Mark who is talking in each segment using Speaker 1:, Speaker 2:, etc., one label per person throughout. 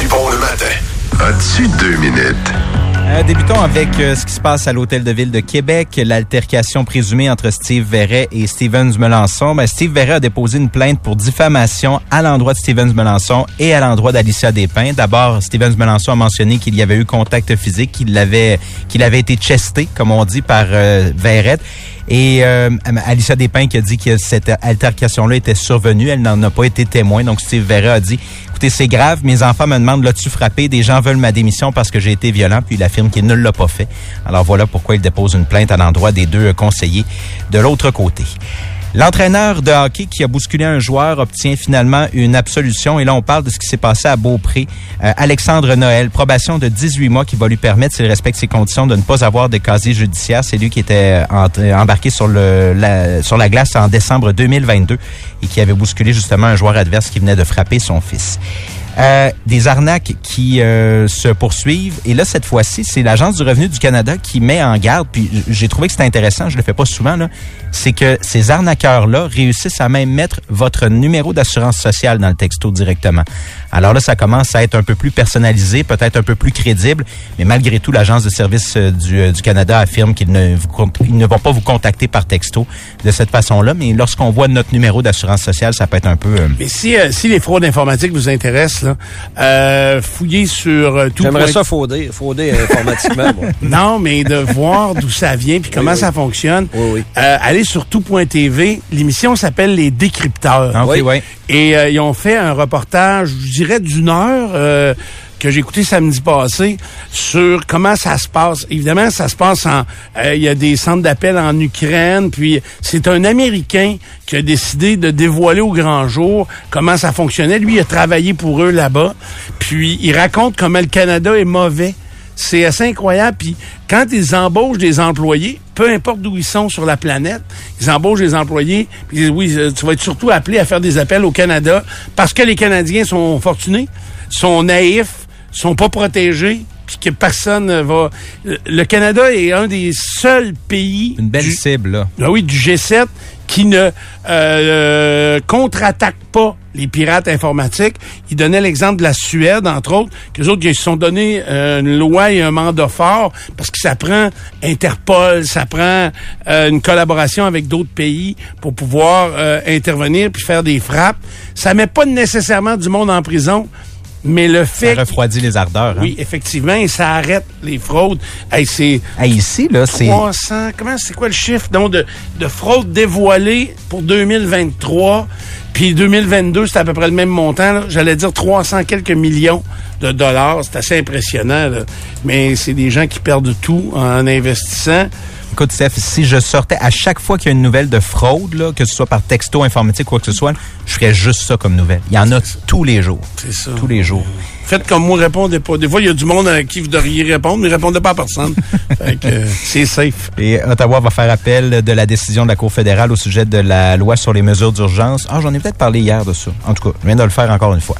Speaker 1: Du bon le matin. As-tu deux minutes?
Speaker 2: Euh, débutons avec euh, ce qui se passe à l'Hôtel de Ville de Québec, l'altercation présumée entre Steve Verret et Stevens Melançon. Ben, Steve Verret a déposé une plainte pour diffamation à l'endroit de Stevens Melançon et à l'endroit d'Alicia Despins. D'abord, Stevens Melançon a mentionné qu'il y avait eu contact physique, qu'il avait, qu'il avait été chesté, comme on dit, par euh, Verret. Et euh, Alicia Despins qui a dit que cette altercation-là était survenue, elle n'en a pas été témoin. Donc Steve Verra a dit Écoutez, c'est grave, mes enfants me demandent l'as-tu frappé Des gens veulent ma démission parce que j'ai été violent, puis il affirme qu'il ne l'a pas fait. Alors voilà pourquoi il dépose une plainte à l'endroit des deux conseillers de l'autre côté. L'entraîneur de hockey qui a bousculé un joueur obtient finalement une absolution. Et là, on parle de ce qui s'est passé à Beaupré. Euh, Alexandre Noël, probation de 18 mois qui va lui permettre, s'il respecte ses conditions, de ne pas avoir de casier judiciaire. C'est lui qui était euh, en, embarqué sur, le, la, sur la glace en décembre 2022 et qui avait bousculé justement un joueur adverse qui venait de frapper son fils. Euh, des arnaques qui euh, se poursuivent. Et là, cette fois-ci, c'est l'Agence du revenu du Canada qui met en garde, puis j'ai trouvé que c'était intéressant, je le fais pas souvent, là, c'est que ces arnaqueurs-là réussissent à même mettre votre numéro d'assurance sociale dans le texto directement. Alors là, ça commence à être un peu plus personnalisé, peut-être un peu plus crédible, mais malgré tout, l'Agence de services euh, du, du Canada affirme qu'ils ne, vous, ils ne vont pas vous contacter par texto de cette façon-là, mais lorsqu'on voit notre numéro d'assurance sociale, ça peut être un peu... Euh,
Speaker 3: mais si, si les fraudes informatiques vous intéressent, euh, fouiller sur euh, tout.
Speaker 4: J'aimerais ça fauder, fauder informatiquement. moi.
Speaker 3: Non, mais de voir d'où ça vient puis comment
Speaker 4: oui.
Speaker 3: ça fonctionne.
Speaker 4: Oui, oui.
Speaker 3: Euh, allez sur tout.tv. L'émission s'appelle Les Décrypteurs.
Speaker 2: Ah, ok,
Speaker 3: Oui.
Speaker 2: ouais.
Speaker 3: Et euh, ils ont fait un reportage, je dirais, d'une heure. euh, que j'ai écouté samedi passé sur comment ça se passe. Évidemment, ça se passe en... euh, Il y a des centres d'appel en Ukraine, puis c'est un Américain qui a décidé de dévoiler au grand jour comment ça fonctionnait. Lui, il a travaillé pour eux là-bas, puis il raconte comment le Canada est mauvais. C'est assez incroyable. Puis quand ils embauchent des employés, peu importe d'où ils sont sur la planète, ils embauchent des employés. Puis ils disent, oui, euh, tu vas être surtout appelé à faire des appels au Canada parce que les Canadiens sont fortunés, sont naïfs, sont pas protégés, puis que personne euh, va. Le- Le Canada est un des seuls pays
Speaker 2: Une belle
Speaker 3: du-
Speaker 2: cible, là.
Speaker 3: ah oui, du G7 qui ne euh, euh, contre-attaque pas les pirates informatiques. Il donnait l'exemple de la Suède, entre autres, que les autres ils se sont donné euh, une loi et un mandat fort parce que ça prend Interpol, ça prend euh, une collaboration avec d'autres pays pour pouvoir euh, intervenir puis faire des frappes. Ça met pas nécessairement du monde en prison, mais le
Speaker 2: Ça
Speaker 3: fait
Speaker 2: refroidit les ardeurs. hein.
Speaker 3: oui, effectivement, et ça arrête les fraudes. Hey, c'est
Speaker 2: Hey, ici, là, c'est...
Speaker 3: 300, comment c'est quoi le chiffre donc, de, de fraude dévoilée pour 2023? Puis 2022, c'est à peu près le même montant. là. J'allais dire 300 quelques millions de dollars. C'est assez impressionnant. là. Mais c'est des gens qui perdent tout en investissant.
Speaker 2: Écoute, Steph, si je sortais à chaque fois qu'il y a une nouvelle de fraude, là, que ce soit par texto, informatique, quoi que ce soit, je ferais juste ça comme nouvelle. Il y en a tous les jours.
Speaker 3: C'est ça.
Speaker 2: Tous les jours.
Speaker 3: Faites comme moi, répondez pas. Des fois, il y a du monde à qui vous devriez répondre, mais répondez pas à personne. Fait que, euh, c'est safe.
Speaker 2: Et Ottawa va faire appel de la décision de la Cour fédérale au sujet de la loi sur les mesures d'urgence. Ah, j'en ai peut-être parlé hier de ça. En tout cas, je viens de le faire encore une fois.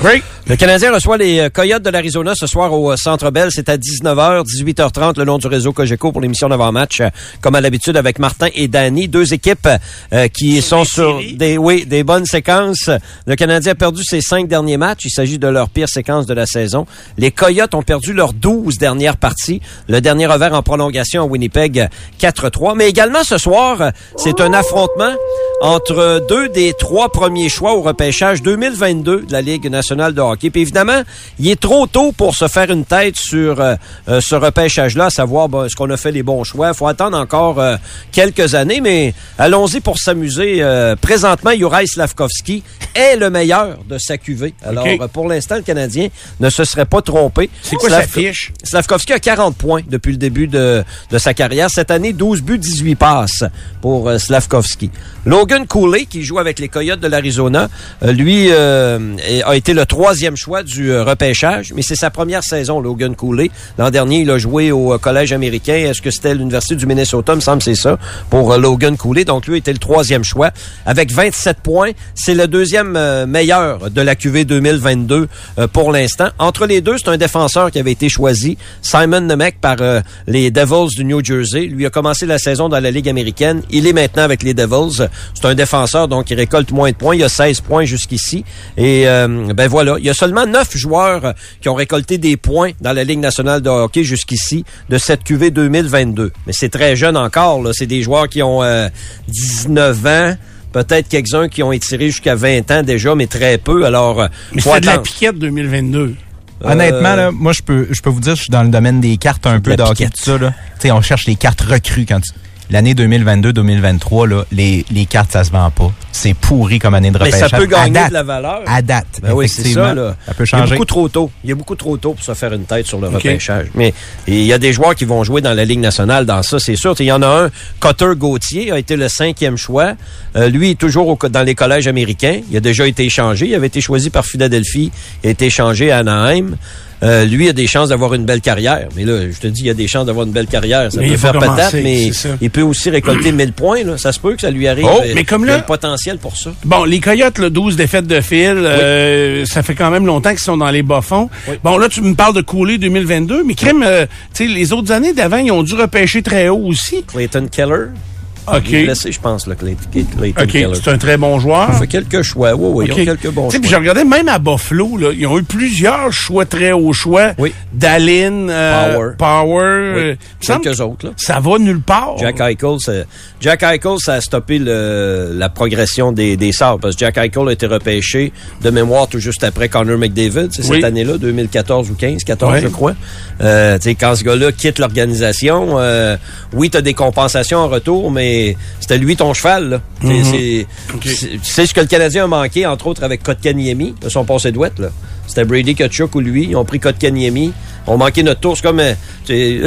Speaker 3: Great.
Speaker 4: Le Canadien reçoit les euh, Coyotes de l'Arizona ce soir au euh, Centre Bell. C'est à 19h, 18h30 le long du réseau Cogeco pour l'émission d'avant-match, euh, comme à l'habitude avec Martin et Danny. Deux équipes euh, qui sont sur des, oui, des bonnes séquences. Le Canadien a perdu ses cinq derniers matchs. Il s'agit de leur pire séquence de la saison. Les Coyotes ont perdu leurs 12 dernières parties. Le dernier revers en prolongation à Winnipeg, euh, 4-3. Mais également ce soir, euh, c'est un affrontement entre deux des trois premiers choix au repêchage 2022 de la Ligue nationale de hockey. Puis évidemment, il est trop tôt pour se faire une tête sur euh, euh, ce repêchage-là, à savoir ben, est-ce qu'on a fait les bons choix. faut attendre encore euh, quelques années, mais allons-y pour s'amuser. Euh, présentement, Juraj Slavkovski est le meilleur de sa cuvée. Alors,
Speaker 3: OK.
Speaker 4: euh, pour l'instant, le Canadien ne se serait pas trompé.
Speaker 3: C'est quoi
Speaker 4: Slav-
Speaker 3: sa fiche?
Speaker 4: Slavkovski a 40 points depuis le début de, de sa carrière. Cette année, 12 buts, 18 passes pour euh, Slavkovski. Logan Cooley, qui joue avec les Coyotes de l'Arizona, euh, lui euh, est- a été le troisième deuxième choix du euh, repêchage, mais c'est sa première saison, Logan Cooley. L'an dernier, il a joué au euh, collège américain. Est-ce que c'était l'Université du Minnesota? Il me semble que c'est ça, pour euh, Logan Cooley. Donc, lui était le troisième choix. Avec 27 points, c'est le deuxième euh, meilleur de la QV 2022 euh, pour l'instant. Entre les deux, c'est un défenseur qui avait été choisi, Simon Nemec, par euh, les Devils du New Jersey. Lui a commencé la saison dans la Ligue américaine. Il est maintenant avec les Devils. C'est un défenseur, donc il récolte moins de points. Il a 16 points jusqu'ici. Et euh, ben voilà, il y a seulement 9 joueurs euh, qui ont récolté des points dans la Ligue nationale de hockey jusqu'ici de cette QV 2022. Mais c'est très jeune encore. là. C'est des joueurs qui ont euh, 19 ans. Peut-être quelques-uns qui ont étiré jusqu'à 20 ans déjà, mais très peu. Alors, euh,
Speaker 3: Mais
Speaker 4: faut
Speaker 3: c'était de la
Speaker 4: attendre.
Speaker 3: piquette 2022.
Speaker 2: Honnêtement, là, moi, je peux, je peux vous dire, je suis dans le domaine des cartes un peu
Speaker 4: Euh, la
Speaker 2: de hockey,
Speaker 4: piquette.
Speaker 2: tout ça, là. Tu sais, on cherche les cartes recrues quand tu- L'année 2022-2023, là, les, les cartes, ça se vend pas. C'est pourri comme année de
Speaker 4: Mais
Speaker 2: repêchage.
Speaker 4: ça peut
Speaker 2: À
Speaker 4: gagner
Speaker 2: date,
Speaker 4: de la valeur.
Speaker 2: À date,
Speaker 4: Ben oui, c'est
Speaker 2: effectivement.
Speaker 4: ça, là.
Speaker 2: Ça peut
Speaker 4: Il y a
Speaker 2: changer.
Speaker 4: beaucoup trop tôt. Il y a beaucoup trop tôt pour se faire une tête sur le
Speaker 3: OK.
Speaker 4: repêchage. Mais il y a des joueurs qui vont jouer dans la Ligue nationale dans ça, c'est sûr. Il y en a un, Cotter Gauthier, a été le cinquième choix. Euh, lui est toujours au co- dans les collèges américains. Il a déjà été échangé. Il avait été choisi par Philadelphie. Il a été échangé à Anaheim. Euh, lui a des chances d'avoir une belle carrière. Mais là, je te dis, il a des chances d'avoir une belle carrière. Ça
Speaker 3: Mais
Speaker 4: peut
Speaker 3: il faut
Speaker 4: faire patate,
Speaker 3: commencer,
Speaker 4: mais
Speaker 3: c'est ça.
Speaker 4: il peut aussi récolter 1000 points. là. Ça se peut que ça lui arrive.
Speaker 3: Oh,
Speaker 4: Euh,
Speaker 3: mais comme
Speaker 4: il y a
Speaker 3: là-
Speaker 4: le potentiel pour ça.
Speaker 3: Bon, les Coyotes, le 12 défaites de fil, euh, ça fait quand même longtemps qu'ils sont dans les bas-fonds. Bon, là, tu me parles de Cooley 2022, mais crème, euh, tu sais, les autres années d'avant, ils ont dû repêcher très haut aussi.
Speaker 4: Clayton Keller.
Speaker 3: OK.
Speaker 4: Il est blessé, Ah, je pense, le Clay- Clay- Clayton
Speaker 3: OK,
Speaker 4: Keller.
Speaker 3: c'est un très bon joueur.
Speaker 4: Il fait quelques choix. Oui, oui,
Speaker 3: OK.
Speaker 4: ils ont quelques bons
Speaker 3: Tu sais,
Speaker 4: choix.
Speaker 3: puis je regardais même à Buffalo, là, ils ont eu plusieurs choix, très hauts choix.
Speaker 4: Oui.
Speaker 3: Dallin, euh,
Speaker 4: Power.
Speaker 3: Power,
Speaker 4: Oui.
Speaker 3: euh, il me semble
Speaker 4: Quelques
Speaker 3: que
Speaker 4: autres, là.
Speaker 3: Ça va nulle part.
Speaker 4: Jack Eichel, ça- Jack Eichel, ça a stoppé le- la progression des, des sorts parce que Jack Eichel a été repêché de mémoire tout juste après Connor McDavid, c'est
Speaker 3: Oui.
Speaker 4: cette année-là, 2014 ou 15, 14
Speaker 3: Ouais.
Speaker 4: je crois. Euh, tu sais, quand ce gars-là quitte l'organisation, euh, oui, t'as des compensations en retour, mais c'était lui ton cheval. là. Tu sais,
Speaker 3: Mhm.
Speaker 4: c'est- c'est- tu sais ce que le Canadien a manqué, entre autres avec Kotkaniemi, de son passé de ouette, là. C'était Brady Kachuk ou lui, ils ont pris Kotkaniemi. On manquait notre tour, c'est comme... euh, tu sais,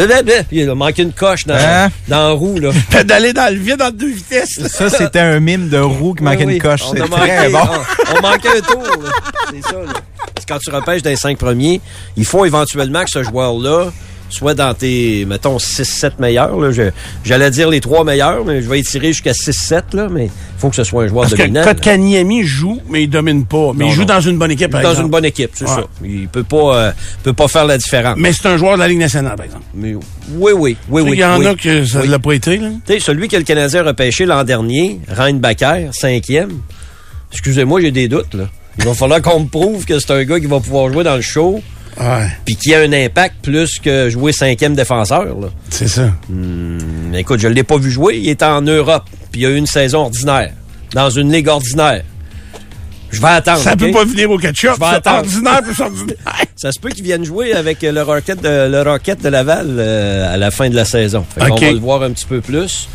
Speaker 4: Il a manqué une coche dans,
Speaker 2: Hein?
Speaker 4: dans la roue, là.
Speaker 3: Fait d'aller dans le vide en deux vitesses. là.
Speaker 2: Ça, c'était un mime de roue qui manquait
Speaker 4: Ah Oui,
Speaker 2: une
Speaker 4: oui.
Speaker 2: coche.
Speaker 4: On
Speaker 2: C'est
Speaker 4: a
Speaker 2: très
Speaker 4: manqué- hein. ah,
Speaker 2: bon.
Speaker 4: On, on manquait un tour. là. C'est ça. là. Parce que Quand tu repêches dans les cinq premiers, il faut éventuellement que ce joueur-là soit dans tes, mettons, 6-7 meilleurs. là. Je- J'allais dire les trois meilleurs, mais je vais étirer jusqu'à 6-7, là, mais il faut que ce soit un joueur
Speaker 3: Parce
Speaker 4: dominant.
Speaker 3: que
Speaker 4: là.
Speaker 3: Kotkaniemi joue, mais il domine pas. Mais
Speaker 4: Non,
Speaker 3: il joue
Speaker 4: non.
Speaker 3: dans une bonne équipe, par
Speaker 4: dans
Speaker 3: exemple.
Speaker 4: une bonne équipe, c'est
Speaker 3: Ouais.
Speaker 4: ça. Il peut pas, euh, peut pas faire la différence.
Speaker 3: Mais c'est un joueur de la Ligue nationale, par exemple.
Speaker 4: Mais oui, oui, oui, oui.
Speaker 3: Il y en
Speaker 4: oui.
Speaker 3: a que ça ne
Speaker 4: Oui.
Speaker 3: l'a pas été, là.
Speaker 4: Tu sais, celui que le Canadien a repêché l'an dernier, Reinbacker, cinquième. Excusez-moi, j'ai des doutes, là. Il va falloir qu'on me prouve que c'est un gars qui va pouvoir jouer dans le show,
Speaker 3: Ouais,
Speaker 4: puis qui a un impact plus que jouer cinquième défenseur, là.
Speaker 3: c'est ça.
Speaker 4: Mais Écoute, je l'ai pas vu jouer. Il était en Europe, puis il a eu une saison ordinaire, dans une ligue ordinaire. Je vais attendre.
Speaker 3: Ça
Speaker 4: OK?
Speaker 3: peut pas venir au ketchup.
Speaker 4: Je vais
Speaker 3: ça.
Speaker 4: attendre.
Speaker 3: Ordinaire plus ordinaire.
Speaker 4: Ça se peut qu'il vienne jouer avec euh, le Rocket de, le Rocket de Laval euh, à la fin de la saison. On
Speaker 3: OK.
Speaker 4: va le voir un petit peu plus.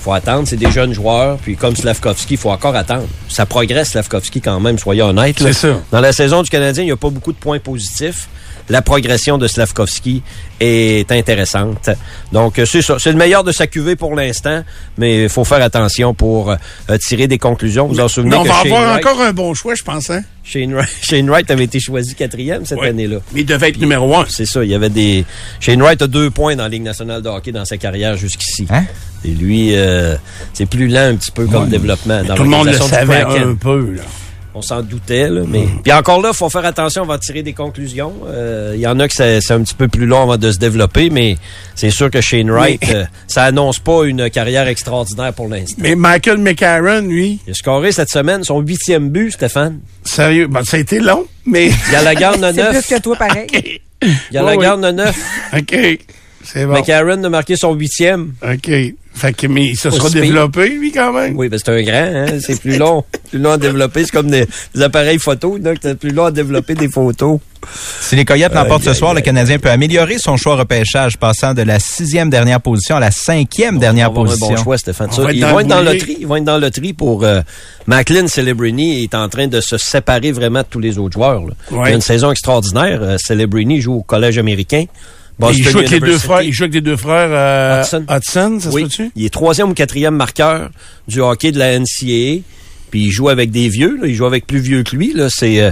Speaker 4: faut attendre, c'est des jeunes joueurs. Puis comme Slavkovski, il faut encore attendre. Ça progresse, Slavkovski, quand même, soyez honnêtes. là.
Speaker 3: C'est ça.
Speaker 4: Dans la saison du Canadien, il n'y a pas beaucoup de points positifs. La progression de Slavkovski est intéressante. Donc, euh, c'est ça. C'est le meilleur de sa cuvée pour l'instant, mais il faut faire attention pour euh, tirer des conclusions. Vous en souvenez
Speaker 3: Mais on
Speaker 4: que
Speaker 3: va
Speaker 4: Shane
Speaker 3: avoir
Speaker 4: Wright-
Speaker 3: encore un bon choix, je pense, hein?
Speaker 4: Shane Wright, Shane Wright avait été choisi quatrième cette
Speaker 3: Ouais.
Speaker 4: année-là.
Speaker 3: Mais il devait être numéro un.
Speaker 4: C'est ça, il y avait des... Shane Wright a deux points dans la Ligue nationale de hockey dans sa carrière jusqu'ici.
Speaker 2: Hein?
Speaker 4: Et lui, euh, c'est plus lent un petit peu comme développement. Dans
Speaker 3: Tout le monde le
Speaker 4: l'organisation du
Speaker 3: savait hein. Mm.
Speaker 4: Kraken.
Speaker 3: un peu, là.
Speaker 4: On s'en doutait, là, mais... Puis encore là, faut faire attention avant de tirer des conclusions. Euh, Il y en a que c'est c'est un petit peu plus long avant de se développer, mais c'est sûr que Shane Wright, euh, ça annonce pas une carrière extraordinaire pour l'instant.
Speaker 3: Mais Michael McCarron, lui,
Speaker 4: Il a scoré cette semaine son huitième but, Stéphane.
Speaker 3: sérieux, ben, ça a été long, mais.
Speaker 4: Il y a la garde de
Speaker 5: C'est plus
Speaker 4: neuf.
Speaker 5: que toi, pareil.
Speaker 4: Il y a la
Speaker 3: Oh Oui, oui.
Speaker 4: garde de neuf.
Speaker 3: OK. C'est bon.
Speaker 4: McCarron a marqué son huitième.
Speaker 3: OK. Fait que, mais il se sera
Speaker 4: Aussi bien.
Speaker 3: développé, lui, quand même.
Speaker 4: Oui, ben c'est un grand, hein? c'est plus long. plus long à développer, c'est comme des, des appareils photo, donc c'est plus long à développer des photos.
Speaker 2: Si les Coyotes l'emportent ce soir, le Canadien peut améliorer son choix repêchage, passant de la sixième dernière position à la cinquième dernière
Speaker 4: On va avoir
Speaker 2: position.
Speaker 4: un bon choix, Stéphane.
Speaker 3: On
Speaker 4: Ça,
Speaker 3: va être
Speaker 4: ils
Speaker 3: dans
Speaker 4: vont
Speaker 3: le
Speaker 4: être dans le
Speaker 3: mouillé.
Speaker 4: tri. Ils vont être dans le tri pour euh, Macklin Celebrini est en train de se séparer vraiment de tous les autres joueurs. là.
Speaker 3: Ouais.
Speaker 4: Il a une saison extraordinaire. Euh, Celebrini joue au collège américain.
Speaker 3: Il
Speaker 4: Boston
Speaker 3: joue avec les deux
Speaker 4: University.
Speaker 3: frères, il joue avec les deux frères euh,
Speaker 4: Hudson.
Speaker 3: Hudson, ça se
Speaker 4: Oui.
Speaker 3: peut-tu?
Speaker 4: Il est troisième ou quatrième marqueur du hockey de la NCAA. Puis il joue avec des vieux, là, il joue avec plus vieux que lui. Là, c'est, euh,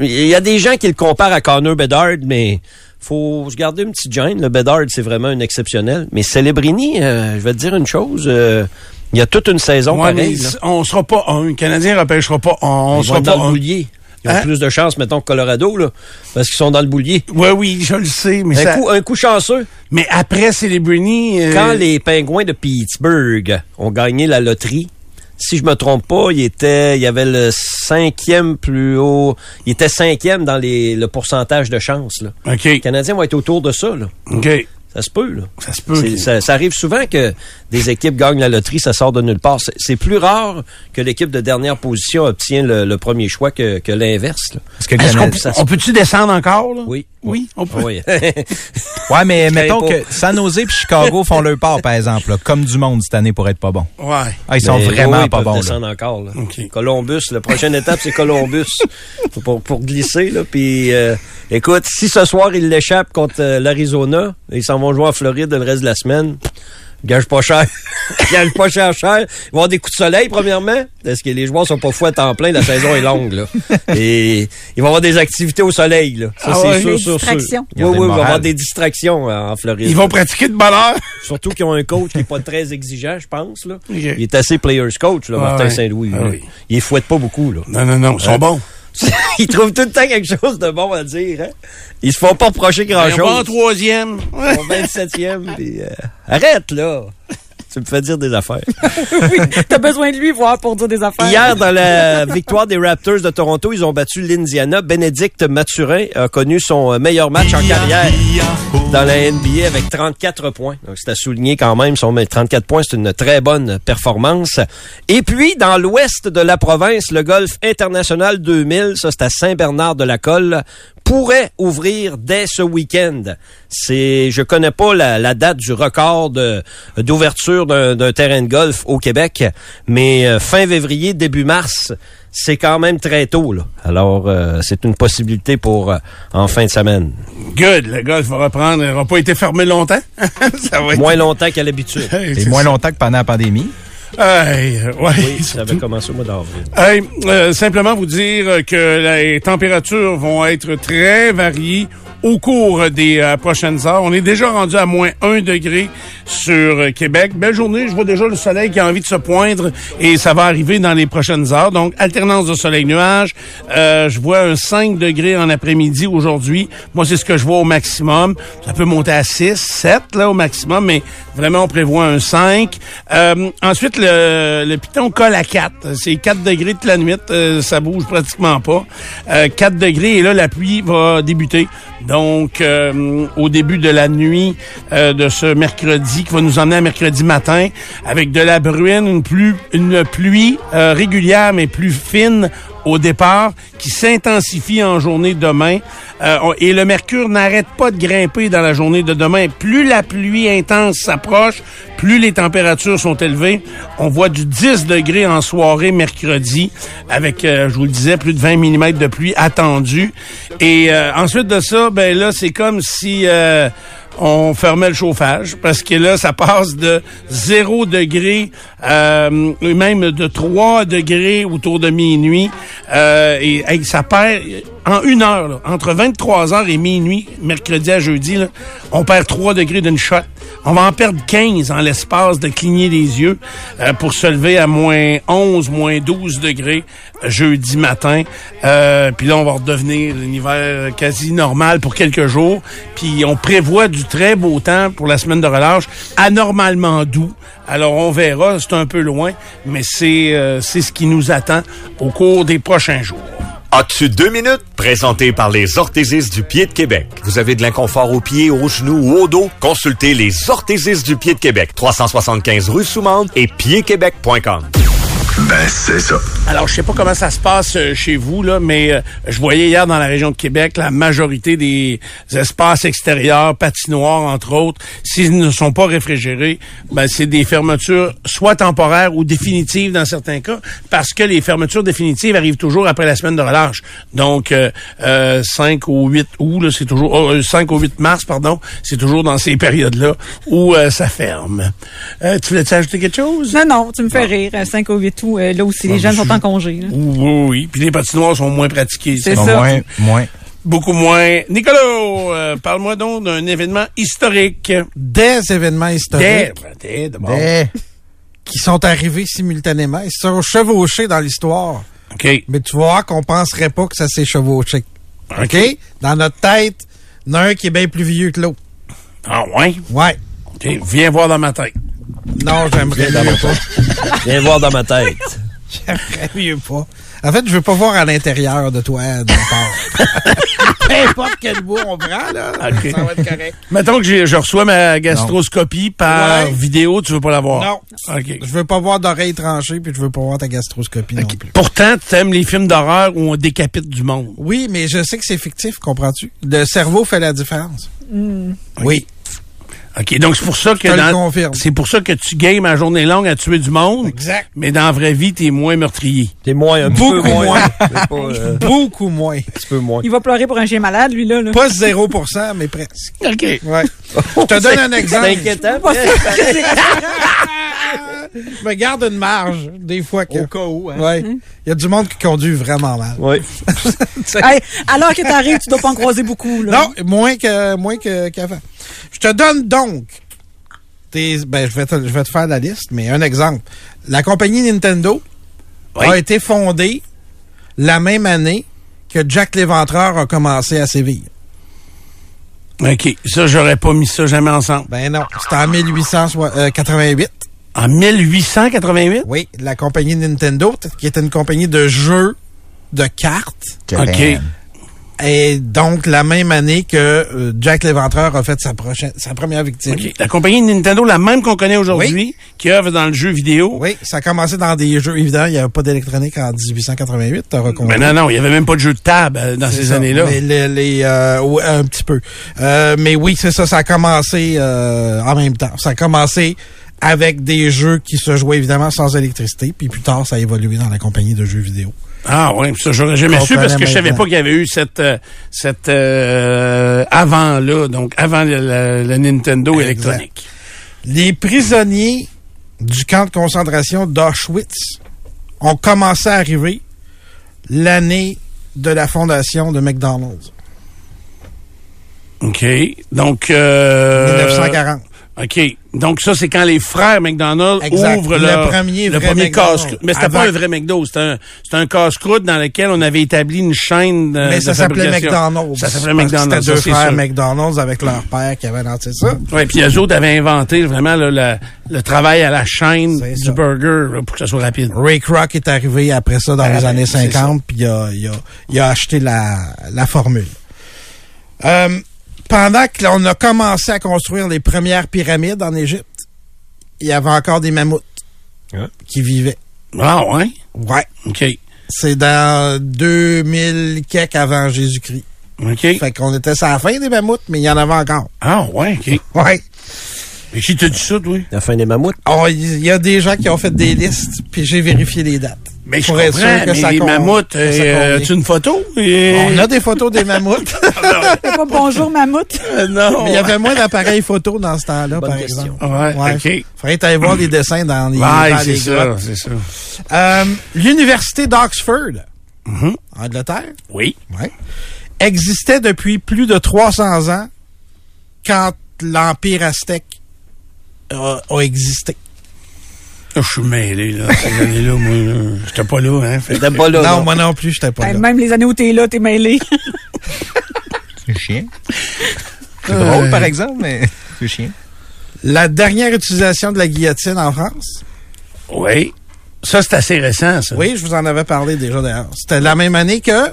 Speaker 4: il y a des gens qui le comparent à Connor Bedard, mais faut se garder une petite gêne. Le Bedard, c'est vraiment un exceptionnel. Mais Celebrini, euh, je vais te dire une chose, euh, il y a toute une saison
Speaker 3: Ouais, mais
Speaker 4: pareille. là.
Speaker 3: s- on sera pas un. Le Canadien ne repêchera pas un. On
Speaker 4: Ils
Speaker 3: sera
Speaker 4: sont
Speaker 3: pas
Speaker 4: dans le
Speaker 3: un.
Speaker 4: boulier. Ils ont
Speaker 3: Hein?
Speaker 4: plus de chance, mettons, que Colorado, là, parce qu'ils sont dans le boulier.
Speaker 3: Oui, oui, je le sais, mais
Speaker 4: Un
Speaker 3: ça-
Speaker 4: coup, un coup chanceux.
Speaker 3: Mais après Celebrity, euh,
Speaker 4: Quand les Pingouins de Pittsburgh ont gagné la loterie, si je me trompe pas, il était, il y avait le cinquième plus haut, il était cinquième dans les, le pourcentage de chance. Là.
Speaker 3: OK,
Speaker 4: Les Canadiens vont être autour de ça. Là.
Speaker 3: OK.
Speaker 4: Ça se peut. Là.
Speaker 3: Ça se peut,
Speaker 4: C'est-
Speaker 3: ok.
Speaker 4: Ça, ça arrive souvent que des équipes gagnent la loterie, ça sort de nulle part. C'est- C'est plus rare que l'équipe de dernière position obtient le, le premier choix que, que l'inverse. là.
Speaker 2: Parce que le
Speaker 3: Est-ce qu'on
Speaker 2: Canadien-
Speaker 3: peut-
Speaker 4: ça se-
Speaker 3: on peut-tu descendre encore, là?
Speaker 4: Oui. Oh,
Speaker 3: Oui, on peut.
Speaker 4: Oui.
Speaker 2: Ouais, mais
Speaker 4: savais
Speaker 2: mettons
Speaker 4: pas.
Speaker 2: que San Jose et Chicago font leur part, par exemple, là, comme du monde cette année pour être pas bon.
Speaker 3: Ouais.
Speaker 2: Ah, ils sont
Speaker 4: Mais
Speaker 2: vraiment
Speaker 4: oui, ils
Speaker 2: pas
Speaker 4: peuvent
Speaker 2: bons. là.
Speaker 4: descendre encore. là.
Speaker 3: OK.
Speaker 4: Columbus, la prochaine étape, c'est Columbus pour, pour glisser. Là, puis, euh, écoute, si ce soir, ils l'échappent contre euh, l'Arizona, ils s'en vont jouer en Floride le reste de la semaine. Gage pas cher. Gage pas cher, cher. Il va y avoir des coups de soleil, premièrement. Parce que les joueurs sont pas fous à temps plein. La saison est longue, là. Et il va y avoir des activités au soleil, là. Ça,
Speaker 3: Ah
Speaker 4: c'est
Speaker 3: ouais?
Speaker 4: sûr,
Speaker 3: Des
Speaker 4: sûr, sûr.
Speaker 5: distractions.
Speaker 4: Oui, oui, il va y avoir des distractions euh, en Floride.
Speaker 3: Ils vont pratiquer de bonne heure.
Speaker 4: Surtout qu'ils ont un coach qui n'est pas très exigeant, je pense. Là.
Speaker 3: Ok.
Speaker 4: Il est assez players coach, là,
Speaker 3: Ah
Speaker 4: Martin
Speaker 3: ouais.
Speaker 4: Saint-Louis.
Speaker 3: Ah
Speaker 4: là.
Speaker 3: oui.
Speaker 4: Il ne fouette pas beaucoup. Là.
Speaker 3: Non,
Speaker 4: Hein?
Speaker 3: non, non, ils sont bons.
Speaker 4: Euh, Ils trouvent tout le temps quelque chose de bon à dire. Hein? Ils se font pas reprocher
Speaker 3: Ils vont en
Speaker 4: grand-chose.
Speaker 3: troisième.
Speaker 4: Ils sont 27e. puis, euh, arrête, là! Tu me fais dire des affaires.
Speaker 5: oui, t'as besoin de lui voir pour dire des affaires.
Speaker 4: Hier, dans la victoire des Raptors de Toronto, ils ont battu l'Indiana. Bénédicte Mathurin a connu son meilleur match en carrière dans la NBA avec 34 points. Donc, c'est à souligner quand même, son 34 points, c'est une très bonne performance. Et puis, dans l'ouest de la province, le Golf International 2000, ça c'est à Saint-Bernard-de-la-Colle, pourrait ouvrir dès ce week-end. C'est, je connais pas la, la date du record de- d'ouverture d'un d'un terrain de golf au Québec, mais euh, fin février, début mars, c'est quand même très tôt. Là. Alors, euh, c'est une possibilité pour euh, en fin de semaine.
Speaker 3: Good, le golf va reprendre. Il n'aura pas été fermé longtemps. ça va être...
Speaker 4: Moins longtemps qu'à l'habitude.
Speaker 3: Hey,
Speaker 2: Et
Speaker 3: c'est
Speaker 2: moins
Speaker 3: ça.
Speaker 2: longtemps que pendant la pandémie.
Speaker 3: Hey, euh, ouais.
Speaker 4: Oui, ça avait commencé au mois d'avril.
Speaker 3: Hey, euh, simplement vous dire euh, que les températures vont être très variées au cours des euh, prochaines heures. On est déjà rendu à moins 1 degré sur euh, Québec. Belle journée, je vois déjà le soleil qui a envie de se poindre et ça va arriver dans les prochaines heures. Donc, alternance de soleil-nuage. Euh, je vois un 5 degrés en après-midi aujourd'hui. Moi, c'est ce que je vois au maximum. Ça peut monter à 6, 7 là, au maximum, mais vraiment, on prévoit un 5. Euh, ensuite, le, le piton colle à 4. C'est 4 degrés toute la nuit. euh, ça bouge pratiquement pas. Euh, 4 degrés, et là, la pluie va débuter. Donc, euh, au début de la nuit euh, de ce mercredi, qui va nous emmener à mercredi matin, avec de la bruine, une pluie, une pluie euh, régulière, mais plus fine au départ, qui s'intensifie en journée demain. Euh, on- et le mercure n'arrête pas de grimper dans la journée de demain. Plus la pluie intense s'approche, plus les températures sont élevées. On voit du 10 degrés en soirée mercredi, avec, euh, je vous le disais, plus de 20 mm de pluie attendue. Et euh, ensuite de ça, ben là, c'est comme si... euh, on fermait le chauffage parce que là, ça passe de 0 degré, euh, et même de 3 degrés autour de minuit. Euh, et hey, ça perd en une heure, là, entre 23 heures et minuit, mercredi à jeudi, là, on perd 3 degrés d'une shot. On va en perdre 15 en l'espace de cligner les yeux euh, pour se lever à moins 11, moins 12 degrés jeudi matin. Euh, puis là, on va redevenir un hiver quasi normal pour quelques jours. Puis on prévoit du très beau temps pour la semaine de relâche, anormalement doux. Alors on verra, c'est un peu loin, mais c'est euh, c'est ce qui nous attend au cours des prochains jours.
Speaker 6: As-tu deux minutes? Présenté par les orthésistes du pied de Québec. Vous avez de l'inconfort aux pieds, aux genoux ou au dos? Consultez les orthésistes du pied de Québec. 375 rue Soumande et piedquebec.com.
Speaker 1: Ben, c'est ça.
Speaker 3: Alors, je sais pas comment ça se passe euh, chez vous, là, mais euh, je voyais hier dans la région de Québec la majorité des espaces extérieurs, patinoires, entre autres, s'ils ne sont pas réfrigérés, ben, c'est des fermetures soit temporaires ou définitives dans certains cas, parce que les fermetures définitives arrivent toujours après la semaine de relâche. Donc, euh, euh, 5 au 8 août, là, c'est toujours... oh, euh, 5 au 8 mars, pardon, c'est toujours dans ces périodes-là où euh, ça ferme. Euh, tu voulais-tu ajouter quelque chose?
Speaker 5: Non, non, tu me fais rire. 5 au 8 tout, euh, là où si les jeunes sont en congé. là.
Speaker 3: Oui, oui, oui. Puis les patinoires sont moins pratiquées.
Speaker 5: C'est
Speaker 3: ça.
Speaker 5: ça.
Speaker 2: moins, moins.
Speaker 3: Beaucoup moins. Nicolas, euh, parle-moi donc d'un événement historique.
Speaker 7: Des événements
Speaker 3: Des,
Speaker 7: historiques.
Speaker 3: des, d'abord.
Speaker 7: Des. Qui sont arrivés simultanément. Ils se sont chevauchés dans l'histoire.
Speaker 3: OK.
Speaker 7: Mais tu vois qu'on penserait pas que ça s'est chevauché. OK? Dans notre tête, il y en a un qui est bien plus vieux que l'autre.
Speaker 3: Ah, ouais.
Speaker 7: Ouais.
Speaker 3: OK. Viens voir dans ma tête.
Speaker 7: Non, j'aimerais mieux pas.
Speaker 4: Viens voir dans ma tête.
Speaker 7: J'aimerais mieux pas. En fait, je veux pas voir à l'intérieur de toi, dans ton corps. Peu importe quel bout on prend, là.
Speaker 3: Ah, OK.
Speaker 7: Ça va être correct.
Speaker 3: Mettons que j'ai- je reçois ma gastroscopie par
Speaker 7: Ouais.
Speaker 3: vidéo, tu veux pas la voir?
Speaker 7: Non.
Speaker 3: OK.
Speaker 7: Je veux pas voir d'oreilles tranchées, puis je veux pas voir ta gastroscopie non plus.
Speaker 3: Pourtant, t'aimes les films d'horreur où on décapite du monde.
Speaker 7: Oui, mais je sais que c'est fictif, comprends-tu? Le cerveau fait la différence.
Speaker 5: Hmm.
Speaker 7: Oui.
Speaker 3: OK, donc c'est pour ça que
Speaker 7: Je te le
Speaker 3: dans-
Speaker 7: confirme.
Speaker 3: c'est pour ça que tu games à journée longue à tuer du monde.
Speaker 7: Exact.
Speaker 3: Mais dans la vraie vie, t'es moins meurtrier.
Speaker 4: T'es moins, un petit peu
Speaker 7: Beaucoup
Speaker 4: moins.
Speaker 7: moins.
Speaker 4: T'es pas, euh,
Speaker 7: Beaucoup moins.
Speaker 4: un petit peu moins.
Speaker 5: Il va pleurer pour un chien malade, lui, là. là.
Speaker 7: Pas 0%, mais presque.
Speaker 3: OK.
Speaker 7: Ouais. Je te donne un exemple.
Speaker 4: C'est inquiétant.
Speaker 5: Pas sûr que c'est
Speaker 7: Je me garde une marge, des fois. Que,
Speaker 2: Au cas où, hein.
Speaker 7: Ouais. Il y a du monde qui conduit vraiment mal.
Speaker 4: Oui.
Speaker 5: Hey, alors que t'arrives, tu dois pas en croiser beaucoup. Là.
Speaker 7: Non, moins que moins que- qu'avant. je te donne donc tes, ben, je vais te, je vais te faire la liste, mais un exemple. La compagnie Nintendo a
Speaker 3: Oui.
Speaker 7: été fondée la même année que Jack l'Éventreur a commencé à Séville.
Speaker 3: OK. Ça, j'aurais pas mis ça jamais ensemble.
Speaker 7: Ben non, c'était en 1888.
Speaker 3: En 1888?
Speaker 7: euh, Oui, la compagnie Nintendo, t- qui était une compagnie de jeux de cartes,
Speaker 3: OK.
Speaker 7: et donc la même année que euh, Jack l'Éventreur a fait sa prochaine, sa première victime.
Speaker 3: OK. La compagnie Nintendo, la même qu'on connaît aujourd'hui,
Speaker 7: Oui.
Speaker 3: qui œuvre dans le jeu vidéo.
Speaker 7: Oui, ça a commencé dans des jeux, évidemment, il n'y avait pas d'électronique en 1888, t'auras compris.
Speaker 3: Mais non, non, il y avait même pas de jeu de table euh, dans
Speaker 7: C'est
Speaker 3: ces
Speaker 7: ça.
Speaker 3: années-là.
Speaker 7: Mais les, les, euh, ouais, un petit peu. Euh, mais oui, c'est ça, ça a commencé euh, en même temps. Ça a commencé avec des jeux qui se jouaient évidemment sans électricité, puis plus tard, ça a évolué dans la compagnie de jeux vidéo.
Speaker 3: Ah oui, ça, j'aurais jamais
Speaker 7: Qu'on
Speaker 3: su parce que
Speaker 7: connaît
Speaker 3: je savais
Speaker 7: maintenant.
Speaker 3: pas qu'il y avait eu cette, euh, cette euh, avant-là, donc avant le, le- le Nintendo
Speaker 7: Exact.
Speaker 3: électronique.
Speaker 7: Les prisonniers du camp de concentration d'Auschwitz ont commencé à arriver l'année de la fondation de McDonald's,
Speaker 3: OK. Donc, euh,
Speaker 7: 1940.
Speaker 3: OK. Donc, ça, c'est quand les frères McDonald's
Speaker 7: Exact.
Speaker 3: ouvrent
Speaker 7: Le
Speaker 3: leur-
Speaker 7: premier
Speaker 3: le
Speaker 7: vrai
Speaker 3: premier
Speaker 7: McDonald's.
Speaker 3: casse-croûte. Mais c'était pas
Speaker 7: Avant-
Speaker 3: un vrai McDo. C'était un, c'était un casse-croûte dans lequel on avait établi une chaîne de
Speaker 7: Mais ça
Speaker 3: de
Speaker 7: s'appelait
Speaker 3: fabrication.
Speaker 7: McDonald's.
Speaker 3: Ça s'appelait
Speaker 7: parce que
Speaker 3: McDonald's.
Speaker 7: C'était deux
Speaker 3: ça, c'est
Speaker 7: frères
Speaker 3: sûr.
Speaker 7: McDonald's avec leur père qui avait lancé ça.
Speaker 3: Ouais, puis eux autres avaient inventé vraiment là, la- le travail à la chaîne
Speaker 7: C'est
Speaker 3: du
Speaker 7: ça.
Speaker 3: burger là, pour que ça soit rapide.
Speaker 7: Ray Kroc est arrivé après ça dans
Speaker 3: Ah,
Speaker 7: les
Speaker 3: ben,
Speaker 7: années
Speaker 3: c'est
Speaker 7: 50, puis il a, il a- il a acheté la, la formule. Euh, pendant que l'on a commencé à construire les premières pyramides en Égypte, il y avait encore des mammouths qui vivaient.
Speaker 3: Ah ouais?
Speaker 7: Ouais.
Speaker 3: OK.
Speaker 7: C'est dans 2000 quelques avant Jésus-Christ.
Speaker 3: OK.
Speaker 7: Fait qu'on était à la fin des mammouths, mais il y en avait encore.
Speaker 3: Ah ouais, OK.
Speaker 7: Ouais.
Speaker 3: Mais qui t'a dit ça, toi?
Speaker 4: La fin des mammouths.
Speaker 7: On- Oh, Il y a des gens qui ont fait des listes, puis j'ai vérifié les dates.
Speaker 3: Mais je
Speaker 7: Pour être sûr
Speaker 3: comprends,
Speaker 7: que
Speaker 3: mais
Speaker 7: ça
Speaker 3: les
Speaker 7: con-
Speaker 3: mammouths,
Speaker 7: que ça
Speaker 3: euh,
Speaker 7: convient.
Speaker 3: as-tu une photo? Et- Ah,
Speaker 7: On a des photos des mammouths.
Speaker 5: C'est pas bonjour, mammouth.
Speaker 3: Euh, non.
Speaker 7: Mais il y avait moins d'appareils photo dans ce temps-là,
Speaker 4: Bonne
Speaker 7: par
Speaker 4: question.
Speaker 7: exemple.
Speaker 3: Ouais, OK.
Speaker 7: Faudrait aller voir les dessins dans les,
Speaker 3: Ouais,
Speaker 7: dans
Speaker 3: c'est
Speaker 7: les
Speaker 3: ça,
Speaker 7: grottes.
Speaker 3: c'est ça.
Speaker 7: Euh, L'université d'Oxford, en Angleterre,
Speaker 3: Mm-hmm. Oui.
Speaker 7: ouais, existait depuis plus de 300 ans quand l'Empire aztèque a, a existé.
Speaker 3: Je suis mêlé, là. Ces années-là, moi, là, j'étais pas là, hein. Fait-
Speaker 4: T'es pas là,
Speaker 7: non,
Speaker 4: non.
Speaker 7: moi non plus, j'étais pas
Speaker 5: Hey,
Speaker 7: là.
Speaker 5: Ben, Même les années où t'es là, t'es mêlé.
Speaker 2: C'est chien. C'est
Speaker 7: Euh,
Speaker 5: Euh,
Speaker 2: drôle, par exemple, mais c'est chien.
Speaker 7: La dernière utilisation de la guillotine en France,
Speaker 3: Oui. Ça, c'est assez récent, ça.
Speaker 7: oui, je vous en avais parlé déjà d'ailleurs. C'était la même année que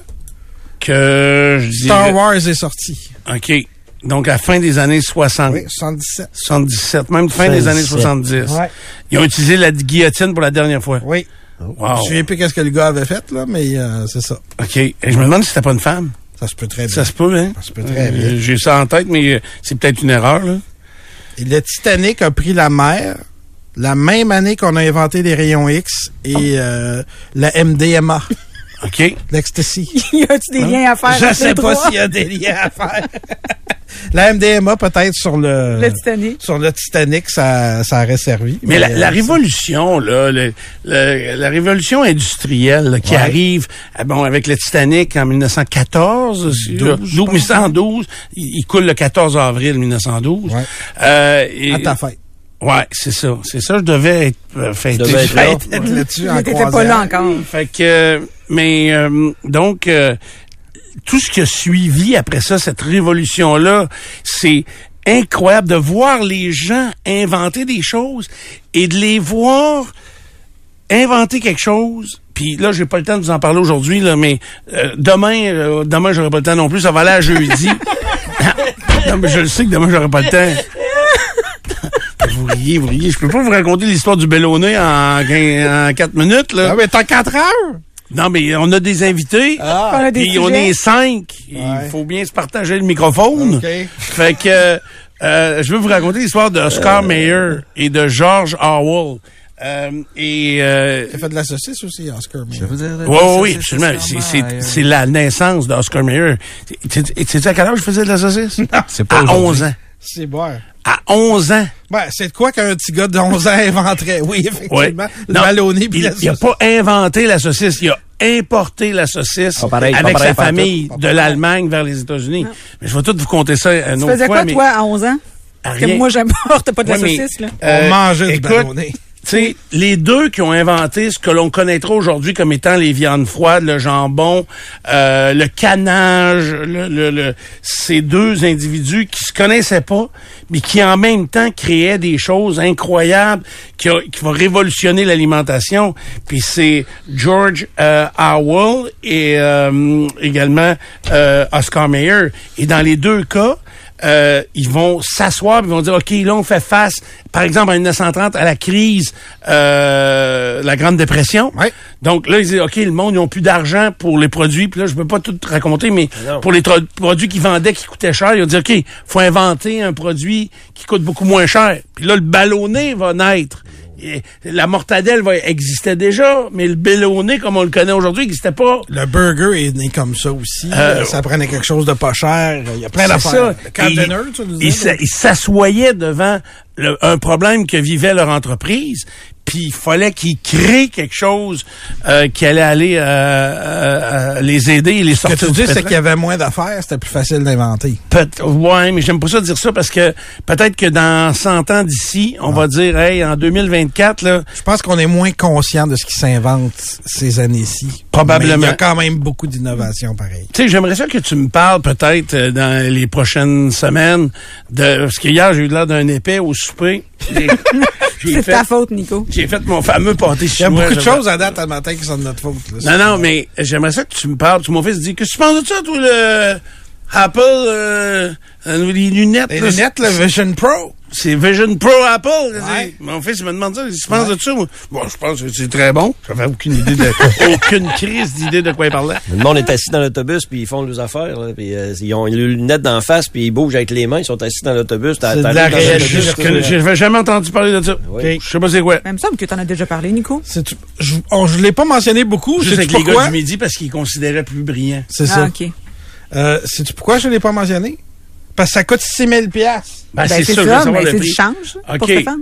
Speaker 3: Que je dis.
Speaker 7: Star Wars est sorti.
Speaker 3: OK. Donc, à la fin des années 60.
Speaker 7: Oui, 77.
Speaker 3: 77, même fin des années 70.
Speaker 7: Ouais.
Speaker 3: Ils ont utilisé la guillotine pour la dernière fois.
Speaker 7: Oui.
Speaker 3: Wow.
Speaker 7: Je ne sais plus qu'est-ce que le gars avait fait, là, mais euh, c'est ça.
Speaker 3: OK. Et je me demande si c'était pas une femme.
Speaker 7: Ça se peut très bien.
Speaker 3: Ça se peut, hein?
Speaker 7: Ça se peut très
Speaker 3: Euh,
Speaker 7: bien.
Speaker 3: J'ai ça en tête, mais euh, c'est peut-être une erreur, là.
Speaker 7: Et le Titanic a pris la mer la même année qu'on a inventé les rayons X et euh, la MDMA,
Speaker 3: OK.
Speaker 7: l'ecstasy.
Speaker 5: y a-tu des liens à faire?
Speaker 7: hein? Je
Speaker 5: entre les
Speaker 7: sais pas
Speaker 5: trois?
Speaker 7: s'il y a des liens à faire. La MDMA, peut-être, sur le,
Speaker 5: Le Titanic.
Speaker 7: Sur le Titanic, ça, ça aurait servi.
Speaker 3: Mais la,
Speaker 7: euh,
Speaker 3: la
Speaker 7: ça-
Speaker 3: révolution, là, le- le- la révolution industrielle là, qui
Speaker 7: Ouais.
Speaker 3: arrive, ah, bon, avec le Titanic en 1914, c'est- là,
Speaker 7: 12,
Speaker 3: 12, 1912, il, il coule le 14 avril 1912.
Speaker 7: Ouais.
Speaker 3: Euh, et-
Speaker 7: À ta fête.
Speaker 3: Ouais, c'est ça, c'est ça. Je devais être euh, fêté.
Speaker 4: devais être là.
Speaker 3: fête,
Speaker 7: Être là-dessus en
Speaker 5: Mais t'étais pas
Speaker 7: croisière.
Speaker 5: là encore.
Speaker 3: Fait que, euh, mais euh, donc, euh, tout ce qui a suivi après ça, cette révolution-là, c'est incroyable de voir les gens inventer des choses et de les voir inventer quelque chose. Puis là, j'ai pas le temps de vous en parler aujourd'hui, là, mais euh, demain, euh, demain, j'aurai pas le temps non plus. Ça va aller à jeudi. non, mais je le sais que demain, j'aurai pas le temps. Vous riez, vous riez. Je peux pas vous raconter l'histoire du ballonnet en, quin- en quatre minutes, là.
Speaker 7: Ah, mais t'as 4 heures? Ah.
Speaker 3: Non, mais on a des invités.
Speaker 5: On a des
Speaker 3: Puis on
Speaker 5: sujets.
Speaker 3: est cinq.
Speaker 7: Ouais.
Speaker 3: Il faut bien se partager le microphone.
Speaker 7: OK.
Speaker 3: Fait que euh, je veux vous raconter l'histoire de
Speaker 7: Euh.
Speaker 3: Oscar Mayer et de George Orwell. Euh, et euh,
Speaker 7: T'as fait de la saucisse aussi, Oscar. mais-
Speaker 3: oui, oui, absolument. C'est- C'est c'est la naissance d'Oscar Mayer. Tu sais à quel âge je faisais de la saucisse?
Speaker 2: C'est pas
Speaker 3: à
Speaker 2: aujourd'hui.
Speaker 3: 11 ans.
Speaker 7: C'est bon.
Speaker 3: À 11 ans.
Speaker 7: Ben, c'est de quoi qu'un petit gars de 11 ans inventerait. Oui,
Speaker 3: Ouais.
Speaker 7: effectivement. Le
Speaker 3: Non,
Speaker 7: ballonné puis
Speaker 3: il,
Speaker 7: la
Speaker 3: il a
Speaker 7: saucisse.
Speaker 3: pas inventé la saucisse, il a importé la saucisse
Speaker 4: Pas Ah, pareil, pas
Speaker 3: avec
Speaker 4: pareil,
Speaker 3: sa
Speaker 4: pas
Speaker 3: famille
Speaker 7: tout. Pas
Speaker 3: de l'Allemagne vers les États-Unis. Mais je vais tout vous compter ça un
Speaker 5: Tu
Speaker 3: autre
Speaker 5: faisais
Speaker 3: fois.
Speaker 5: quoi,
Speaker 3: mais
Speaker 5: toi, à 11 ans?
Speaker 3: à
Speaker 5: Que
Speaker 3: rien.
Speaker 5: moi, j'importe pas de la
Speaker 3: Ouais, mais,
Speaker 5: saucisse, là.
Speaker 7: On
Speaker 3: euh,
Speaker 7: mangeait du
Speaker 3: écoute,
Speaker 7: ballonné.
Speaker 3: tu sais, les deux qui ont inventé ce que l'on connaîtra aujourd'hui comme étant les viandes froides, le jambon, euh, le canage, le, le- le- ces deux individus qui se connaissaient pas, mais qui en même temps créaient des choses incroyables qui, a- qui vont révolutionner l'alimentation. Puis c'est George euh, Howell et euh, également euh, Oscar Mayer. Et dans les deux cas, euh, ils vont s'asseoir, ils vont dire, OK, là, on fait face, par exemple, en 1930, à la crise, euh, la Grande Dépression.
Speaker 7: Ouais.
Speaker 3: Donc là, ils disent, OK, le monde, ils n'ont plus d'argent pour les produits. Puis là, je peux pas tout te raconter, mais pour les tro- produits qu'ils vendaient, qui coûtaient cher, ils ont dit, OK, faut inventer un produit qui coûte beaucoup moins cher. Puis là, le ballonné va naître. Et la mortadelle va existait déjà, mais le ballonné, comme on le connaît aujourd'hui, n'existait pas.
Speaker 7: Le burger est né comme ça aussi.
Speaker 3: Euh,
Speaker 7: ça prenait quelque chose de pas cher. euh, Il y a plein
Speaker 3: C'est ça.
Speaker 7: d'affaires. Le camp
Speaker 3: Et
Speaker 7: dinner, tu nous
Speaker 3: ils s'a-
Speaker 7: disais.
Speaker 3: ils s'assoyaient devant le- un problème que vivait leur entreprise, puis il fallait qu'ils créent quelque chose euh, qui allait aller euh, euh, euh, les aider et les
Speaker 7: Ce
Speaker 3: sortir
Speaker 7: que tu
Speaker 3: du
Speaker 7: dis, c'est
Speaker 3: pétrin.
Speaker 7: qu'il y avait moins d'affaires, c'était plus facile d'inventer.
Speaker 3: Peut- ouais, mais j'aime pas ça dire ça parce que peut-être que dans 100 ans d'ici, on va dire, hey, en 2024, là,
Speaker 7: Je pense qu'on est moins conscient de ce qui s'invente ces années-ci.
Speaker 3: Probablement.
Speaker 7: Mais il y a quand même beaucoup d'innovations pareil.
Speaker 3: Tu sais, j'aimerais ça que tu me parles peut-être euh, dans les prochaines semaines de parce que hier j'ai eu l'air d'un épais au souper. J'ai- j'ai
Speaker 5: C'est
Speaker 3: fait-
Speaker 5: ta faute, Nico.
Speaker 3: J'ai fait mon fameux pâté
Speaker 7: Il y
Speaker 3: chinois.
Speaker 7: a beaucoup de
Speaker 3: j'aimerais-
Speaker 7: choses à date à matin qui sont de notre faute. là.
Speaker 3: Non, non, mais j'aimerais ça que tu me parles. Parce que mon fils dit Qu'est-ce que tu penses de ça, toi, le Apple, euh, euh, les lunettes
Speaker 7: Les
Speaker 3: là,
Speaker 7: lunettes, le Vision Pro.
Speaker 3: C'est Vision Pro Apple.
Speaker 7: Ouais.
Speaker 3: Mon fils me demande ça. Qu'est-ce que tu penses de ça, moi? Bon, je pense que c'est très bon. J'avais aucune idée de. aucune crise d'idée de quoi il parlait.
Speaker 4: Le monde est assis dans l'autobus, puis ils font leurs affaires, là, puis euh, ils ont les lunettes d'en face, puis ils bougent avec les mains, ils sont assis dans l'autobus. t'as-
Speaker 7: C'est de
Speaker 4: t'arrives
Speaker 7: la
Speaker 4: dans
Speaker 7: réalité
Speaker 4: l'autobus,
Speaker 7: virtuelle.
Speaker 3: Je que- J'avais jamais entendu parler de ça.
Speaker 4: Ouais.
Speaker 3: Je sais pas c'est quoi.
Speaker 5: Même ça, me semble que t'en as déjà parlé, Nico.
Speaker 7: C'est tout- Je ne l'ai pas mentionné beaucoup.
Speaker 3: Juste
Speaker 7: Sais-tu
Speaker 3: avec les gars
Speaker 7: pourquoi?
Speaker 3: du midi parce qu'ils considéraient plus brillant.
Speaker 7: C'est
Speaker 5: Ah,
Speaker 7: ça.
Speaker 5: OK.
Speaker 7: Euh, Sais-tu pourquoi je ne l'ai pas mentionné? Parce que ça coûte 6 000
Speaker 3: Ben,
Speaker 5: Ben,
Speaker 3: je veux savoir
Speaker 5: mais
Speaker 3: le
Speaker 5: c'est
Speaker 3: prix.
Speaker 5: du change
Speaker 3: OK.
Speaker 5: pour Stéphane.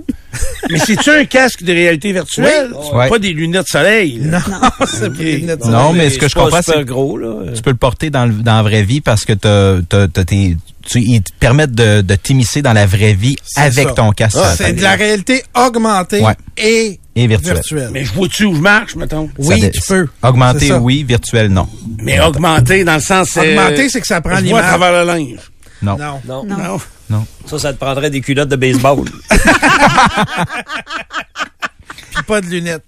Speaker 3: Mais c'est-tu un casque de réalité virtuelle?
Speaker 7: Oui.
Speaker 3: C'est
Speaker 2: Ouais.
Speaker 3: Pas des lunettes soleil. là.
Speaker 7: Non, c'est pas des lunettes.
Speaker 2: Non, mais ce que
Speaker 4: c'est
Speaker 2: je
Speaker 4: pas
Speaker 2: comprends,
Speaker 4: super
Speaker 2: c'est-
Speaker 4: gros, là.
Speaker 2: Tu peux le porter dans, le- dans la vraie vie parce que t'as- t'as- t'as tes- tu, ils te permettent de, de t'immiscer dans la vraie vie
Speaker 7: C'est
Speaker 2: avec
Speaker 7: ça.
Speaker 2: ton casque.
Speaker 7: Ah, c'est de la réalité augmentée
Speaker 2: Ouais.
Speaker 7: et,
Speaker 2: Et virtuelle.
Speaker 3: Mais je vois-tu où je marche, mettons?
Speaker 2: Ça
Speaker 7: Oui,
Speaker 2: dé-
Speaker 7: tu peux. C'est
Speaker 2: Augmenter,
Speaker 7: ça.
Speaker 2: oui. Virtuel, non.
Speaker 3: Mais augmenter dans le sens. euh,
Speaker 7: Augmenter, c'est que ça prend
Speaker 3: je vois à
Speaker 7: l'image.
Speaker 3: travers le linge.
Speaker 2: Non.
Speaker 7: Non.
Speaker 4: Non.
Speaker 5: Non.
Speaker 3: Non.
Speaker 4: Ça, ça te prendrait des culottes de baseball.
Speaker 7: Puis pas de lunettes.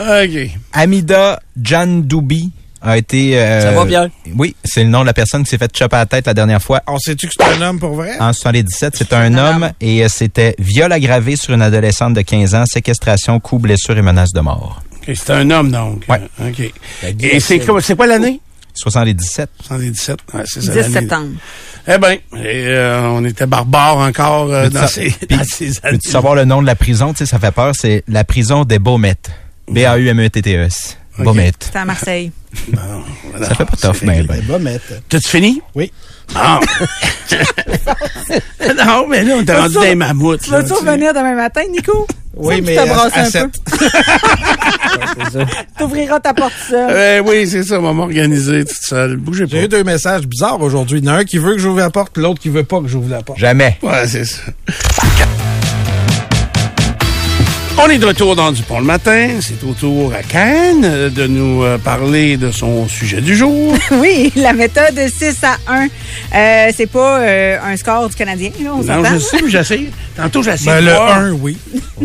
Speaker 3: OK.
Speaker 2: Amida Jandoubi a été... euh,
Speaker 4: Ça va, Pierre?
Speaker 2: Oui, c'est le nom de la personne qui s'est fait choper à la tête la dernière fois
Speaker 7: On sait-tu que c'est un homme pour vrai?
Speaker 2: En 77, c'est un homme et euh, c'était viol aggravé sur une adolescente de 15 ans, séquestration, coup, blessure et menace de mort.
Speaker 3: OK, C'est un homme, donc.
Speaker 2: Ouais.
Speaker 3: OK. Et c'est quoi, c'est quoi l'année?
Speaker 7: Oh.
Speaker 2: 77.
Speaker 3: 117. Ouais, c'est ça.
Speaker 5: 10
Speaker 3: l'année.
Speaker 5: septembre.
Speaker 3: Eh bien, on était barbares encore euh,
Speaker 2: Veux-tu
Speaker 3: dans,
Speaker 2: sa-
Speaker 3: ces,
Speaker 2: Puis,
Speaker 3: dans ces années.
Speaker 2: Veux-tu savoir le nom de la prison? Tu sais, ça fait peur. C'est la prison des Baumettes. E B-A-U-M-E-T-T-E-S.
Speaker 3: Ok.
Speaker 2: Baumettes.
Speaker 5: C'était à Marseille.
Speaker 3: Non, non,
Speaker 2: Ça fait pas
Speaker 3: c'est
Speaker 2: tough, mais
Speaker 3: réglé.
Speaker 2: ben.
Speaker 7: Bah, mais...
Speaker 3: T'as-tu fini?
Speaker 7: Oui.
Speaker 3: Ah. non, mais là, on t'a rendu
Speaker 5: Vas-tu-
Speaker 3: des mammouths.
Speaker 5: Tu
Speaker 3: là,
Speaker 5: vas-tu
Speaker 3: tu-
Speaker 5: revenir demain matin, Nico?
Speaker 7: Oui,
Speaker 5: Tu
Speaker 7: mais
Speaker 5: te
Speaker 7: à,
Speaker 5: brasses
Speaker 7: à
Speaker 5: un
Speaker 7: sept.
Speaker 5: peu. T'ouvriras ta porte seule.
Speaker 3: Euh, oui, c'est ça, on va m'organiser toute seule. Bougez pas.
Speaker 7: J'ai eu deux messages bizarres aujourd'hui. Il y en a un qui veut que j'ouvre la porte, l'autre qui veut pas que j'ouvre la porte.
Speaker 2: Jamais.
Speaker 3: Ouais, c'est ça. On est de retour dans Du Pont le matin. C'est au tour à Cannes euh, de nous euh, parler de son sujet du jour.
Speaker 5: Oui, la méthode 6 à 1. Euh, c'est pas euh, un score du Canadien, là, on
Speaker 3: non,
Speaker 5: s'entend.
Speaker 3: je sais, mais j'essaie. Tantôt, j'essaie.
Speaker 7: Ben,
Speaker 3: de
Speaker 7: le
Speaker 3: voir.
Speaker 7: 1, oui.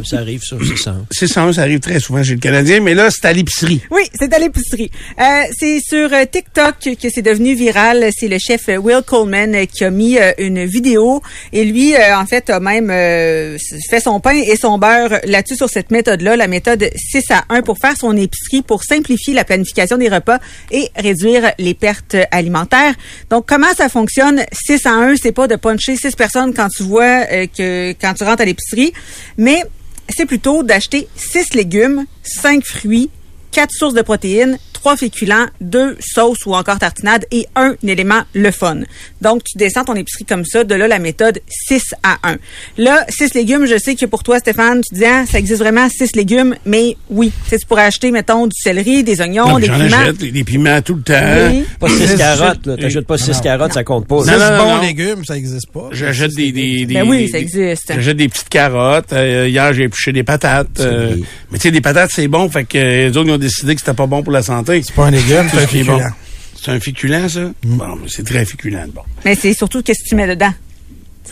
Speaker 4: Ça arrive, ça, c'est ça.
Speaker 3: 601, ça arrive très souvent chez le Canadien, mais là, c'est à l'épicerie.
Speaker 5: Oui, c'est à l'épicerie. Euh, c'est sur euh, TikTok que c'est devenu viral. C'est le chef euh, Will Coleman euh, qui a mis euh, une vidéo et lui, euh, en fait, a même euh, s- fait son pain et son beurre là-dessus sur cette méthode-là, la méthode 6 à 1 pour faire son épicerie, pour simplifier la planification des repas et réduire les pertes alimentaires. Donc, comment ça fonctionne? 6 à 1, c'est pas de puncher 6 personnes quand tu vois euh, que quand tu rentres à l'épicerie, mais c'est plutôt d'acheter 6 légumes, 5 fruits, quatre sources de protéines, trois féculents, deux sauces ou encore tartinades et un élément le fun. Donc, tu descends ton épicerie comme ça, de là la méthode 6 à 1. Là, 6 légumes, je sais que pour toi, Stéphane, tu disais, ah, ça existe vraiment 6 légumes, mais oui, tu sais, tu pourrais acheter, mettons, du céleri, des oignons,
Speaker 3: Non, mais
Speaker 5: des
Speaker 3: J'en
Speaker 5: piments.
Speaker 3: achète des- des piments tout le temps.
Speaker 5: Oui.
Speaker 4: Pas six
Speaker 7: Hein? Six,
Speaker 4: carottes,
Speaker 7: sept,
Speaker 4: là. T'achètes
Speaker 7: euh,
Speaker 4: pas six
Speaker 7: non.
Speaker 4: carottes, ça compte pas.
Speaker 3: Non,
Speaker 4: là.
Speaker 7: Juste
Speaker 3: non, non,
Speaker 7: bons
Speaker 3: non.
Speaker 7: légumes, ça n'existe pas.
Speaker 3: J'achète des, des, des.
Speaker 5: Ben oui,
Speaker 3: des-
Speaker 5: ça
Speaker 3: des-
Speaker 5: existe.
Speaker 3: J'achète des petites carottes. Euh, hier, j'ai épluché des patates. euh, mais tu sais, des patates, c'est bon. Fait que euh, les autres, ils ont décidé que c'était pas bon pour la santé.
Speaker 7: C'est pas un légume, c'est un
Speaker 3: Ce qui est
Speaker 7: féculent. Mm.
Speaker 3: bon. C'est un féculent, ça? Bon, mais c'est très féculent, bon.
Speaker 5: Mais c'est surtout qu'est-ce que tu mets dedans?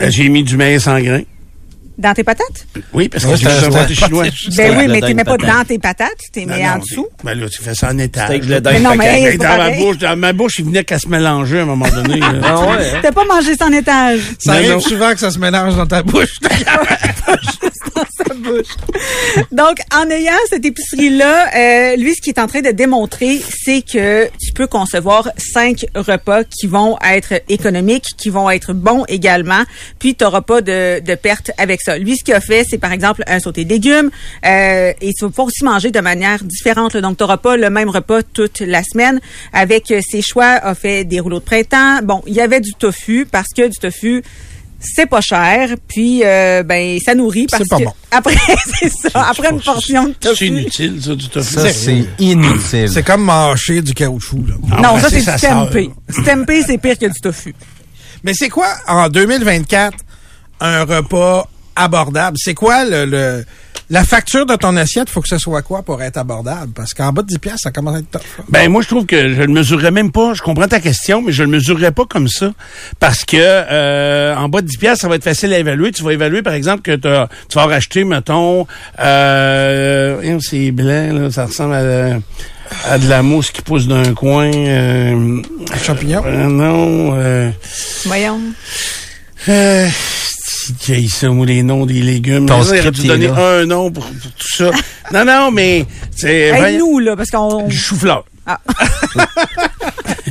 Speaker 3: Euh, J'ai mis du maïs en grain.
Speaker 5: Dans tes patates?
Speaker 3: Oui, parce que
Speaker 7: Ouais,
Speaker 3: j'ai
Speaker 7: c'est
Speaker 3: juste
Speaker 7: un-
Speaker 3: inventé
Speaker 7: c'est un-
Speaker 3: chinois.
Speaker 5: Ben oui,
Speaker 4: la
Speaker 5: mais tu
Speaker 4: dingue
Speaker 5: mets pas
Speaker 4: patate.
Speaker 5: dans tes patates, tu les
Speaker 3: Non,
Speaker 5: mets
Speaker 3: non,
Speaker 5: en dessous.
Speaker 3: Ben là, tu fais ça en étage.
Speaker 4: Steak, le
Speaker 5: Mais
Speaker 4: dingue.
Speaker 5: non, mais hey,
Speaker 3: Hey,
Speaker 5: c'est
Speaker 3: dans,
Speaker 5: pas
Speaker 3: ma
Speaker 5: pareil.
Speaker 3: bouche, dans ma bouche, il venait qu'à se mélanger à un moment donné. là.
Speaker 4: Ah ouais, hein?
Speaker 5: T'as pas mangé sans étage.
Speaker 7: Ça
Speaker 3: Non,
Speaker 7: arrive
Speaker 3: non.
Speaker 7: souvent que ça se mélange dans ta bouche.
Speaker 5: sa bouche. Donc, en ayant cette épicerie-là, euh, lui, ce qu'il est en train de démontrer, c'est que tu peux concevoir cinq repas qui vont être économiques, qui vont être bons également, puis tu n'auras pas de, de perte avec ça. Lui, ce qu'il a fait, c'est par exemple un sauté de légumes, euh, et tu vas pouvoir aussi manger de manière différente. là. Donc, tu n'auras pas le même repas toute la semaine. Avec euh, ses choix, a fait des rouleaux de printemps. Bon, il y avait du tofu, parce que du tofu... C'est pas cher, puis euh, ben ça nourrit parce
Speaker 7: C'est pas
Speaker 5: que
Speaker 7: bon.
Speaker 5: après, c'est ça. Après une portion de
Speaker 3: C'est
Speaker 5: tofu.
Speaker 3: inutile, ça, du tofu.
Speaker 2: Ça, c'est inutile.
Speaker 7: C'est comme mâcher du caoutchouc. Là.
Speaker 3: Ah,
Speaker 5: Non,
Speaker 3: ben,
Speaker 5: ça, c'est
Speaker 3: sa
Speaker 5: du
Speaker 3: sœur.
Speaker 5: tempeh. Du tempeh, c'est pire que du tofu.
Speaker 7: Mais c'est quoi, en 2024, un repas abordable? C'est quoi le, le- la facture de ton assiette? faut que ce soit quoi pour être abordable? Parce qu'en bas de 10 piastres, ça commence à être top.
Speaker 3: Ben moi je trouve que je le mesurerais même pas. Je comprends ta question, mais je le mesurerais pas comme ça parce que euh, en bas de 10 pièces, ça va être facile à évaluer. Tu vas évaluer par exemple que t'as- tu vas racheter mettons euh, voyons, c'est blanc là, ça ressemble à, de- à de la mousse qui pousse d'un coin. euh,
Speaker 7: Champignon.
Speaker 3: euh, non. Euh,
Speaker 5: Voyons.
Speaker 3: euh, j'ai ça, moi, les noms des légumes.
Speaker 2: Ton
Speaker 3: Là, j'aurais
Speaker 2: script
Speaker 3: dû
Speaker 2: est
Speaker 3: donner
Speaker 2: là.
Speaker 3: un nom pour, pour tout ça. non, non, mais... c'est voyons.
Speaker 5: Aide-nous, là, parce qu'on...
Speaker 3: Du chou-fleur.
Speaker 5: Ah.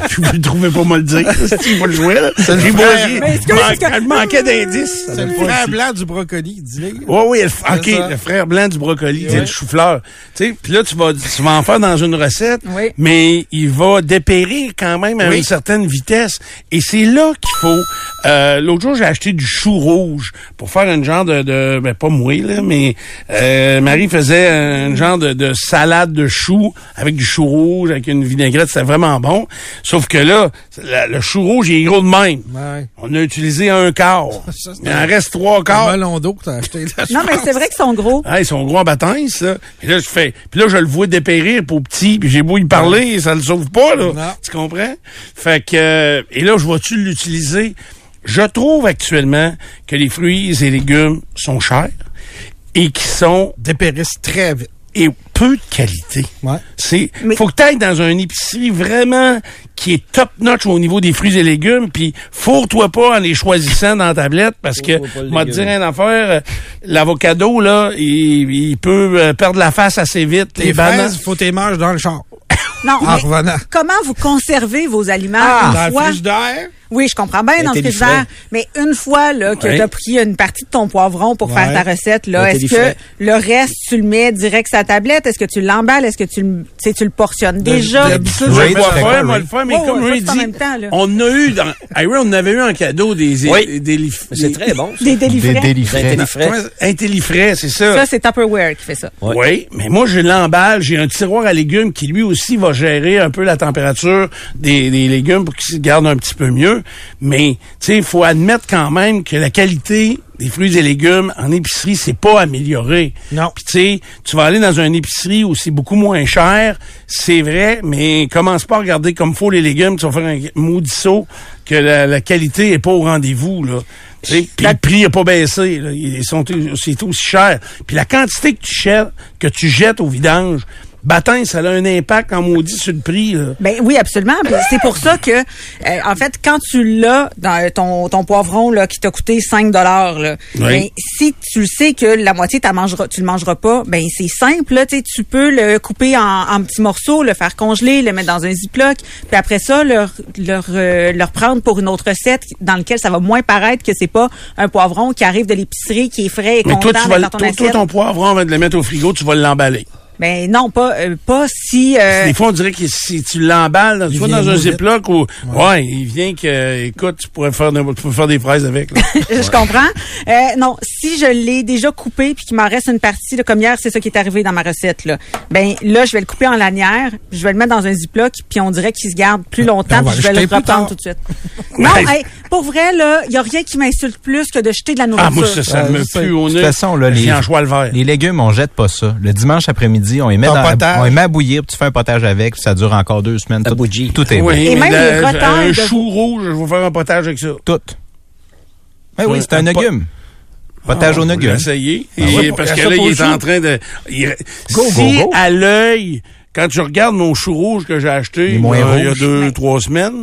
Speaker 3: Je vous le trouvais pas mal dire. Si vous le jouez, là. C'est
Speaker 7: le frère.
Speaker 3: Il
Speaker 5: Mais est-ce que- est-ce que-
Speaker 3: manquait d'indices.
Speaker 7: C'est le frère blanc du brocoli, dis
Speaker 3: Oui, oui, le, f-
Speaker 7: C'est
Speaker 3: ok,
Speaker 7: ça.
Speaker 3: le frère blanc du brocoli, c'est le chou-fleur. Tu sais, puis là, tu vas, tu vas en faire dans une recette,
Speaker 5: Oui.
Speaker 3: mais il va dépérir quand même à
Speaker 7: Oui.
Speaker 3: une certaine vitesse. Et c'est là qu'il faut... euh, L'autre jour, j'ai acheté du chou rouge pour faire une genre de... de- ben, pas moué, là, mais euh, Marie faisait un genre de, de salade de chou avec du chou rouge, avec une vinaigrette, c'était vraiment bon. Sauf que là, la- le chou rouge, il est gros de même.
Speaker 7: Ouais.
Speaker 3: On a utilisé un quart.
Speaker 7: Ça, c'est
Speaker 3: il en reste trois quarts.
Speaker 7: Un melon d'eau que t'as acheté. là, je
Speaker 5: Non, mais
Speaker 7: pense.
Speaker 5: c'est vrai qu'ils sont gros.
Speaker 3: Ah, ils sont gros en bâtisse, ça. Puis là, je fais. Puis là, je le vois dépérir pour petit, puis j'ai beau y parler, ça le sauve pas, là.
Speaker 7: Non.
Speaker 3: Tu comprends? Fait que. euh, Et là, je vois-tu l'utiliser? Je trouve actuellement que les fruits et légumes sont chers et qui sont
Speaker 7: Dépérissent très vite.
Speaker 3: et peu de qualité.
Speaker 7: Ouais.
Speaker 3: C'est
Speaker 5: Mais-
Speaker 3: faut que tu ailles dans une épicerie vraiment qui est top notch au niveau des fruits et légumes puis fourre-toi pas en les choisissant dans ta tablette parce que
Speaker 4: Fourre-toi pas le
Speaker 3: moi te
Speaker 4: légume.
Speaker 3: dire une affaire euh, l'avocado là il, il peut euh, perdre la face assez vite les,
Speaker 7: Les
Speaker 3: bananes
Speaker 7: fraises, faut tes manges dans le char.
Speaker 5: Non,
Speaker 7: En
Speaker 5: mais
Speaker 7: revenant.
Speaker 5: comment vous conservez vos aliments
Speaker 7: Ah,
Speaker 5: une
Speaker 7: dans le
Speaker 5: fois?
Speaker 7: frigidaire.
Speaker 5: Oui, je comprends bien
Speaker 8: Le
Speaker 5: dans le
Speaker 8: téléfrais.
Speaker 5: frigidaire, mais une fois là, que
Speaker 8: Ouais.
Speaker 5: tu as pris une partie de ton poivron pour faire
Speaker 8: Ouais.
Speaker 5: ta recette, là,
Speaker 8: Le
Speaker 5: est-ce que
Speaker 8: téléfrais.
Speaker 5: le reste, tu le mets direct sur la tablette? Est-ce que tu l'emballes? Est-ce que tu le, tu sais, tu le portionnes déjà?
Speaker 3: D'habitude, je
Speaker 2: Oui,
Speaker 3: vais
Speaker 2: tu
Speaker 3: pas
Speaker 2: fais
Speaker 3: faire,
Speaker 2: quoi,
Speaker 3: moi
Speaker 2: oui.
Speaker 3: le faire, mais
Speaker 5: Ouais,
Speaker 3: comme
Speaker 5: ouais,
Speaker 3: Ray
Speaker 5: tout en
Speaker 3: dit,
Speaker 5: même temps, là.
Speaker 3: on a eu dans, Ah oui, on avait eu en cadeau des,
Speaker 4: Oui.
Speaker 3: des, des-
Speaker 4: C'est très bon. ça.
Speaker 5: Des délifrais.
Speaker 4: Vous avez été les frais.
Speaker 3: Comment- Un téléfrais, c'est ça.
Speaker 5: Ça, c'est Tupperware qui fait ça.
Speaker 4: Ouais.
Speaker 3: Oui, mais moi, je l'emballe. J'ai un tiroir à légumes qui, lui aussi, va gérer un peu la température des, des légumes pour qu'ils se gardent un petit peu mieux. Mais, tu sais, il faut admettre quand même que la qualité des fruits et légumes en épicerie, c'est pas amélioré.
Speaker 7: Non.
Speaker 3: Puis, tu sais, tu vas aller dans une épicerie où c'est beaucoup moins cher, c'est vrai, mais commence pas à regarder comme faut les légumes. Tu vas faire un maudit saut que la, la qualité est pas au rendez-vous, là. Tu sais, Puis le prix n'a pas baissé. là. Ils sont c'est aussi cher. Puis la quantité que tu jettes, que tu jettes au vidange, bâton, ça a un impact en maudit sur le prix. Là.
Speaker 5: Ben oui, absolument. Puis C'est pour ça que, euh, en fait, quand tu l'as dans euh, ton, ton poivron là, qui t'a coûté 5 dollars, ben,
Speaker 3: Oui.
Speaker 5: si tu le sais que la moitié t'en mangeras, tu le mangeras pas, ben c'est simple. Là, tu sais, tu peux le couper en, en petits morceaux, le faire congeler, le mettre dans un ziploc, puis après ça, le, le, re- le reprendre pour une autre recette dans laquelle ça va moins paraître que c'est pas un poivron qui arrive de l'épicerie, qui est frais et
Speaker 3: Mais
Speaker 5: content
Speaker 3: toi, tu vas,
Speaker 5: d'être
Speaker 3: le-
Speaker 5: dans ton
Speaker 3: toi, toi,
Speaker 5: assiette.
Speaker 3: ton poivron, avant de le mettre au frigo, tu vas l'emballer.
Speaker 5: Ben non, pas, euh, pas si... euh,
Speaker 3: Des fois, on dirait que si tu l'emballes, dans- soit
Speaker 7: vient
Speaker 3: dans un
Speaker 7: mou vite.
Speaker 3: ziploc ou... Ouais. il vient que... euh, écoute, tu pourrais faire, de- tu pourrais faire des fraises avec. là.
Speaker 5: je comprends. Euh, non, si je l'ai déjà coupé puis qu'il m'en reste une partie, là, comme hier, c'est ça qui est arrivé dans ma recette. Là. Ben là, je vais le couper en lanière, je vais le mettre dans un ziploc, puis on dirait qu'il se garde plus
Speaker 3: Ben
Speaker 5: longtemps,
Speaker 7: on va
Speaker 5: puis je
Speaker 7: le
Speaker 5: vais le
Speaker 7: jeter plus tard.
Speaker 5: reprendre tout de suite. non, hey, pour vrai, là, il y a rien qui m'insulte plus que de jeter de la nourriture.
Speaker 3: ah, moi, ça, ça
Speaker 2: Ouais,
Speaker 3: me
Speaker 2: je sais.
Speaker 3: pue au
Speaker 2: De
Speaker 3: nez.
Speaker 2: toute façon, là,
Speaker 3: Je
Speaker 2: les-
Speaker 3: viens en joie le vert.
Speaker 2: Les légumes, on jette pas ça. Le dimanche après-midi, on les met
Speaker 7: Ton
Speaker 2: dans
Speaker 7: potage.
Speaker 2: on les met à bouillir, puis tu fais un potage avec, puis ça dure encore deux semaines.
Speaker 4: La
Speaker 2: Tout,
Speaker 4: bougie.
Speaker 2: tout est
Speaker 3: Oui,
Speaker 2: bon.
Speaker 5: Et
Speaker 3: mais
Speaker 5: même
Speaker 3: là,
Speaker 5: les retailles
Speaker 3: Un
Speaker 5: de-
Speaker 3: chou rouge, je vais faire un potage avec ça.
Speaker 2: Tout. Mais Ben oui,
Speaker 3: Ouais,
Speaker 2: c'est un
Speaker 3: un pot-
Speaker 2: légume. Potage
Speaker 3: Ah,
Speaker 2: au
Speaker 3: on
Speaker 2: légume.
Speaker 3: l'a essayé.
Speaker 2: Ah ouais,
Speaker 3: Et
Speaker 7: pour-
Speaker 3: parce
Speaker 7: la
Speaker 3: que
Speaker 7: sauce
Speaker 3: là, il
Speaker 7: au
Speaker 3: est
Speaker 7: chou.
Speaker 3: en train de. il-
Speaker 2: Go,
Speaker 3: si
Speaker 2: go, go.
Speaker 3: à l'œil, quand je regarde mon chou rouge que j'ai acheté
Speaker 2: est moins
Speaker 3: là, il y a
Speaker 2: rouge.
Speaker 3: deux, trois semaines,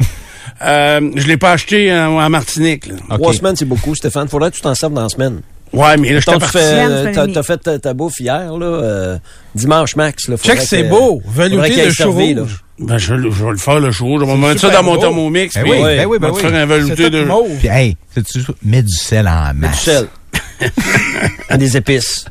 Speaker 3: euh, je l'ai pas acheté en, en Martinique. là.
Speaker 2: OK.
Speaker 4: Trois semaines, c'est beaucoup, Stéphane. Faudrait que tu t'en serves dans la semaine.
Speaker 3: Ouais, mais là, je
Speaker 4: Mettons,
Speaker 3: t'ai
Speaker 4: tu
Speaker 3: parti.
Speaker 4: fais,
Speaker 5: Semaine,
Speaker 4: euh,
Speaker 5: semaine et
Speaker 4: t'as,
Speaker 5: demie.
Speaker 4: t'as fait ta, ta bouffe hier, là, euh, dimanche max. Là, faudrait
Speaker 7: Check, c'est
Speaker 4: que-
Speaker 7: beau.
Speaker 4: faudrait
Speaker 7: Velouté
Speaker 4: qu'elle
Speaker 7: de
Speaker 4: serve,
Speaker 7: chou
Speaker 4: là.
Speaker 7: rouge.
Speaker 3: Ben, je, vais le- je vais le faire, le chou rouge. Je vais mettre ça
Speaker 7: super
Speaker 3: dans mon
Speaker 7: beau.
Speaker 3: thermomix.
Speaker 2: Ben
Speaker 3: puis
Speaker 2: oui,
Speaker 3: on
Speaker 2: ben oui, ben
Speaker 3: va te
Speaker 2: oui.
Speaker 3: faire un velouté
Speaker 7: C'est
Speaker 3: de...
Speaker 7: tout mauve.
Speaker 2: Puis, hey, sais-tu, mets du sel en
Speaker 4: Du
Speaker 2: masse.
Speaker 4: sel. Et des épices.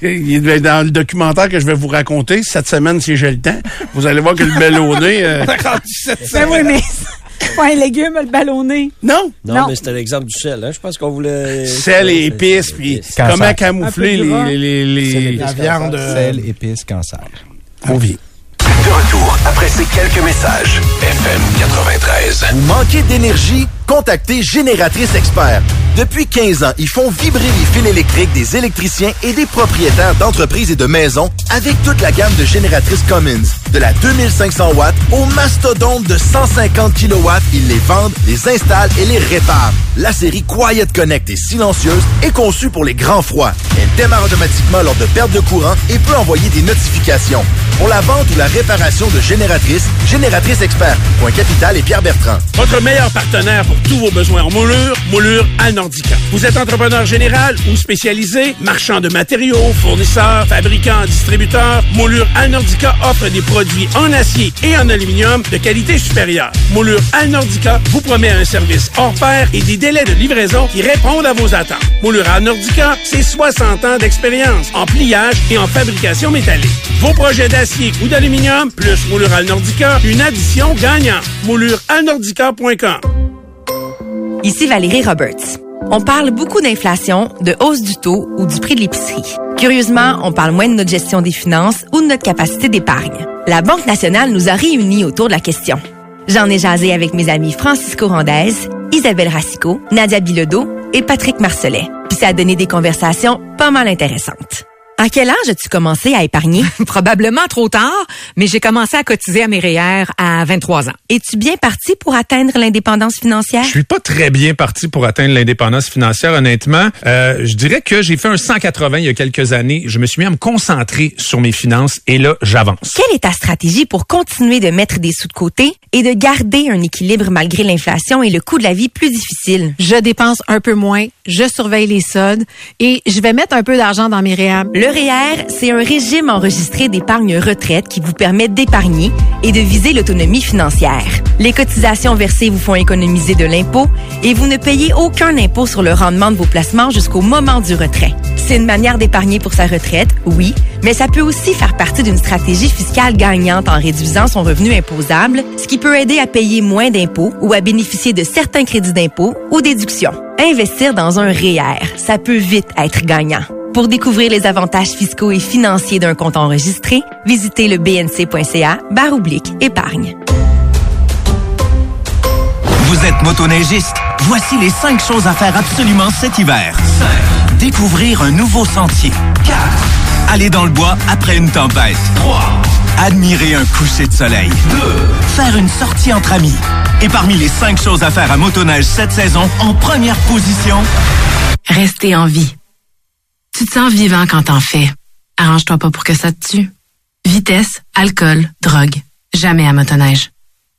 Speaker 3: Il est Dans le documentaire que je vais vous raconter, cette semaine, si j'ai le temps, vous allez voir que le ballonné... euh,
Speaker 5: Ben oui, mais c'est pas un légume, le ballonné.
Speaker 3: Non!
Speaker 4: Non,
Speaker 5: Non.
Speaker 4: mais c'était l'exemple du sel. Hein. Je pense qu'on voulait...
Speaker 3: Sel et épices,
Speaker 4: C'est-
Speaker 3: puis
Speaker 4: c'est-
Speaker 2: Cancer.
Speaker 3: comment camoufler
Speaker 5: Un peu gras.
Speaker 3: les... les, les, les...
Speaker 7: La viande. euh,
Speaker 2: Sel, épices, cancer.
Speaker 3: On vit.
Speaker 1: De retour après ces quelques messages. FM 93.
Speaker 9: Vous manquez d'énergie? Contactez Génératrice Expert. Depuis 15 ans, ils font vibrer les fils électriques des électriciens et des propriétaires d'entreprises et de maisons avec toute la gamme de génératrices Cummins. De la 2500 watts au mastodonte de 150 kW, ils les vendent, les installent et les réparent. La série Quiet Connect est silencieuse et conçue pour les grands froids. Elle démarre automatiquement lors de perte de courant et peut envoyer des notifications. Pour la vente ou la réparation de génératrices, Génératrice Expert. Point Capital et Pierre Bertrand.
Speaker 3: Votre meilleur partenaire pour tous vos besoins en moulure, moulure à Nordica. Vous êtes entrepreneur général ou spécialisé, marchand de matériaux, fournisseur, fabricant, distributeur, Moulure à Nordica offre des produits en acier et en aluminium de qualité supérieure. Moulure à Nordica vous promet un service hors pair et des délais de livraison qui répondent à vos attentes. Moulure à Nordica, c'est 60 ans d'expérience en pliage et en fabrication métallique. Vos projets d'acier ou d'aluminium, plus Moulure à Nordica, une addition gagnante. Moulurealnordica.com
Speaker 10: Ici Valérie Roberts. On parle beaucoup d'inflation, de hausse du taux ou du prix de l'épicerie. Curieusement, on parle moins de notre gestion des finances ou de notre capacité d'épargne. La Banque nationale nous a réunis autour de la question. J'en ai jasé avec mes amis Francisco Randez, Isabelle Racicot, Nadia Bilodeau et Patrick Marcelet. Puis ça a donné des conversations pas mal intéressantes. À quel âge as-tu commencé à épargner?
Speaker 8: Probablement trop tard, mais j'ai commencé à cotiser à mes REER à 23 ans.
Speaker 10: Es-tu bien parti pour atteindre l'indépendance financière?
Speaker 8: Je suis pas très bien parti pour atteindre l'indépendance financière, honnêtement. Euh, je dirais que j'ai fait un 180 il y a quelques années. Je me suis mis à me concentrer sur mes finances et là, j'avance.
Speaker 10: Quelle est ta stratégie pour continuer de mettre des sous de côté et de garder un équilibre malgré l'inflation et le coût de la vie plus difficile?
Speaker 8: Je dépense un peu moins, je surveille les soldes et je vais mettre un peu d'argent dans mes réhab.
Speaker 10: Le REER, c'est un régime enregistré d'épargne retraite qui vous permet d'épargner et de viser l'autonomie financière. Les cotisations versées vous font économiser de l'impôt et vous ne payez aucun impôt sur le rendement de vos placements jusqu'au moment du retrait. C'est une manière d'épargner pour sa retraite, oui, mais ça peut aussi faire partie d'une stratégie fiscale gagnante en réduisant son revenu imposable, ce qui peut aider à payer moins d'impôts ou à bénéficier de certains crédits d'impôt ou déductions. Investir dans un REER, ça peut vite être gagnant. Pour découvrir les avantages fiscaux et financiers d'un compte enregistré, visitez le bnc.ca barre oblique épargne.
Speaker 11: Vous êtes motoneigiste? Voici les 5 choses à faire absolument cet hiver. 5. Découvrir un nouveau sentier. 4. Aller dans le bois après une tempête. 3. Admirer un coucher de soleil. 2. Faire une sortie entre amis. Et parmi les 5 choses à faire à motoneige cette saison, en première position,
Speaker 12: Rester en vie. Tu te sens vivant quand t'en fais. Arrange-toi pas pour que ça te tue. Vitesse, alcool, drogue. Jamais à motoneige.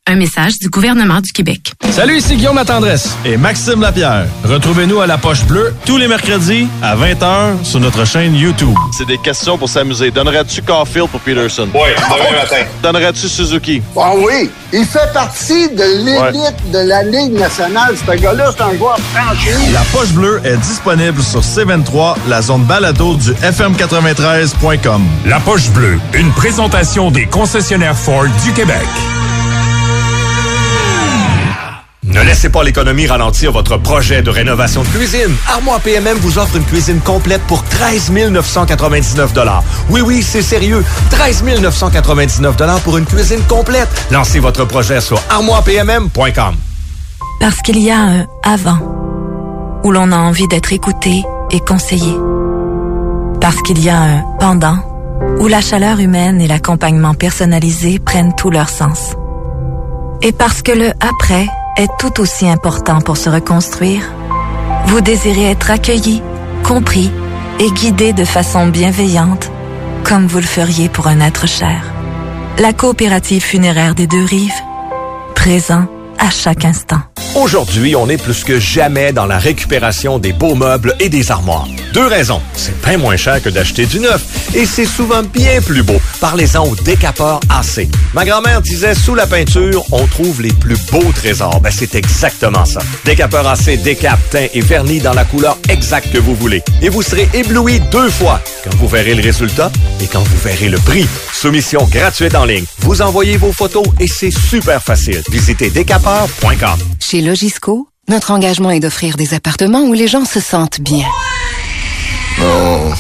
Speaker 12: Un message du gouvernement du Québec.
Speaker 13: Salut, ici Guillaume La Tendresse et Maxime Lapierre. Retrouvez-nous à La Poche Bleue tous les mercredis à 20h sur notre chaîne YouTube.
Speaker 14: C'est des questions pour s'amuser. Donnerais-tu Caulfield pour Peterson? Oui,
Speaker 15: demain matin.
Speaker 14: Donnerais-tu Suzuki?
Speaker 15: Ah oui, il fait partie de l'élite de la Ligue nationale. Ce gars-là, c'est un joueur franchi.
Speaker 13: La Poche Bleue est disponible sur C23, la zone balado du FM93.com.
Speaker 16: La Poche Bleue, une présentation des concessionnaires Ford du Québec.
Speaker 6: Ne laissez pas l'économie ralentir votre projet de rénovation de cuisine. Armoire PMM vous offre une cuisine complète pour 13 999 Oui, oui, c'est sérieux. 13 999 pour une cuisine complète. Lancez votre projet sur armoirepmm.com.
Speaker 17: Parce qu'il y a un avant, où l'on a envie d'être écouté et conseillé. Parce qu'il y a un pendant, où la chaleur humaine et l'accompagnement personnalisé prennent tout leur sens. Et parce que le après est tout aussi important pour se reconstruire, vous désirez être accueilli, compris et guidé de façon bienveillante, comme vous le feriez pour un être cher. La coopérative funéraire des deux rives, présent à chaque instant.
Speaker 6: Aujourd'hui, on est plus que jamais dans la récupération des beaux meubles et des armoires. Deux raisons. C'est bien moins cher que d'acheter du neuf. Et c'est souvent bien plus beau. Parlez-en au décapeur AC. Ma grand-mère disait, sous la peinture, on trouve les plus beaux trésors. Ben, c'est exactement ça. Décapeur AC décape, teint et vernis dans la couleur exacte que vous voulez. Et vous serez ébloui deux fois quand vous verrez le résultat et quand vous verrez le prix. Soumission gratuite en ligne. Vous envoyez vos photos et c'est super facile. Visitez décapeur.com.
Speaker 18: Chez Logisco, notre engagement est d'offrir des appartements où les gens se sentent bien.
Speaker 19: Non.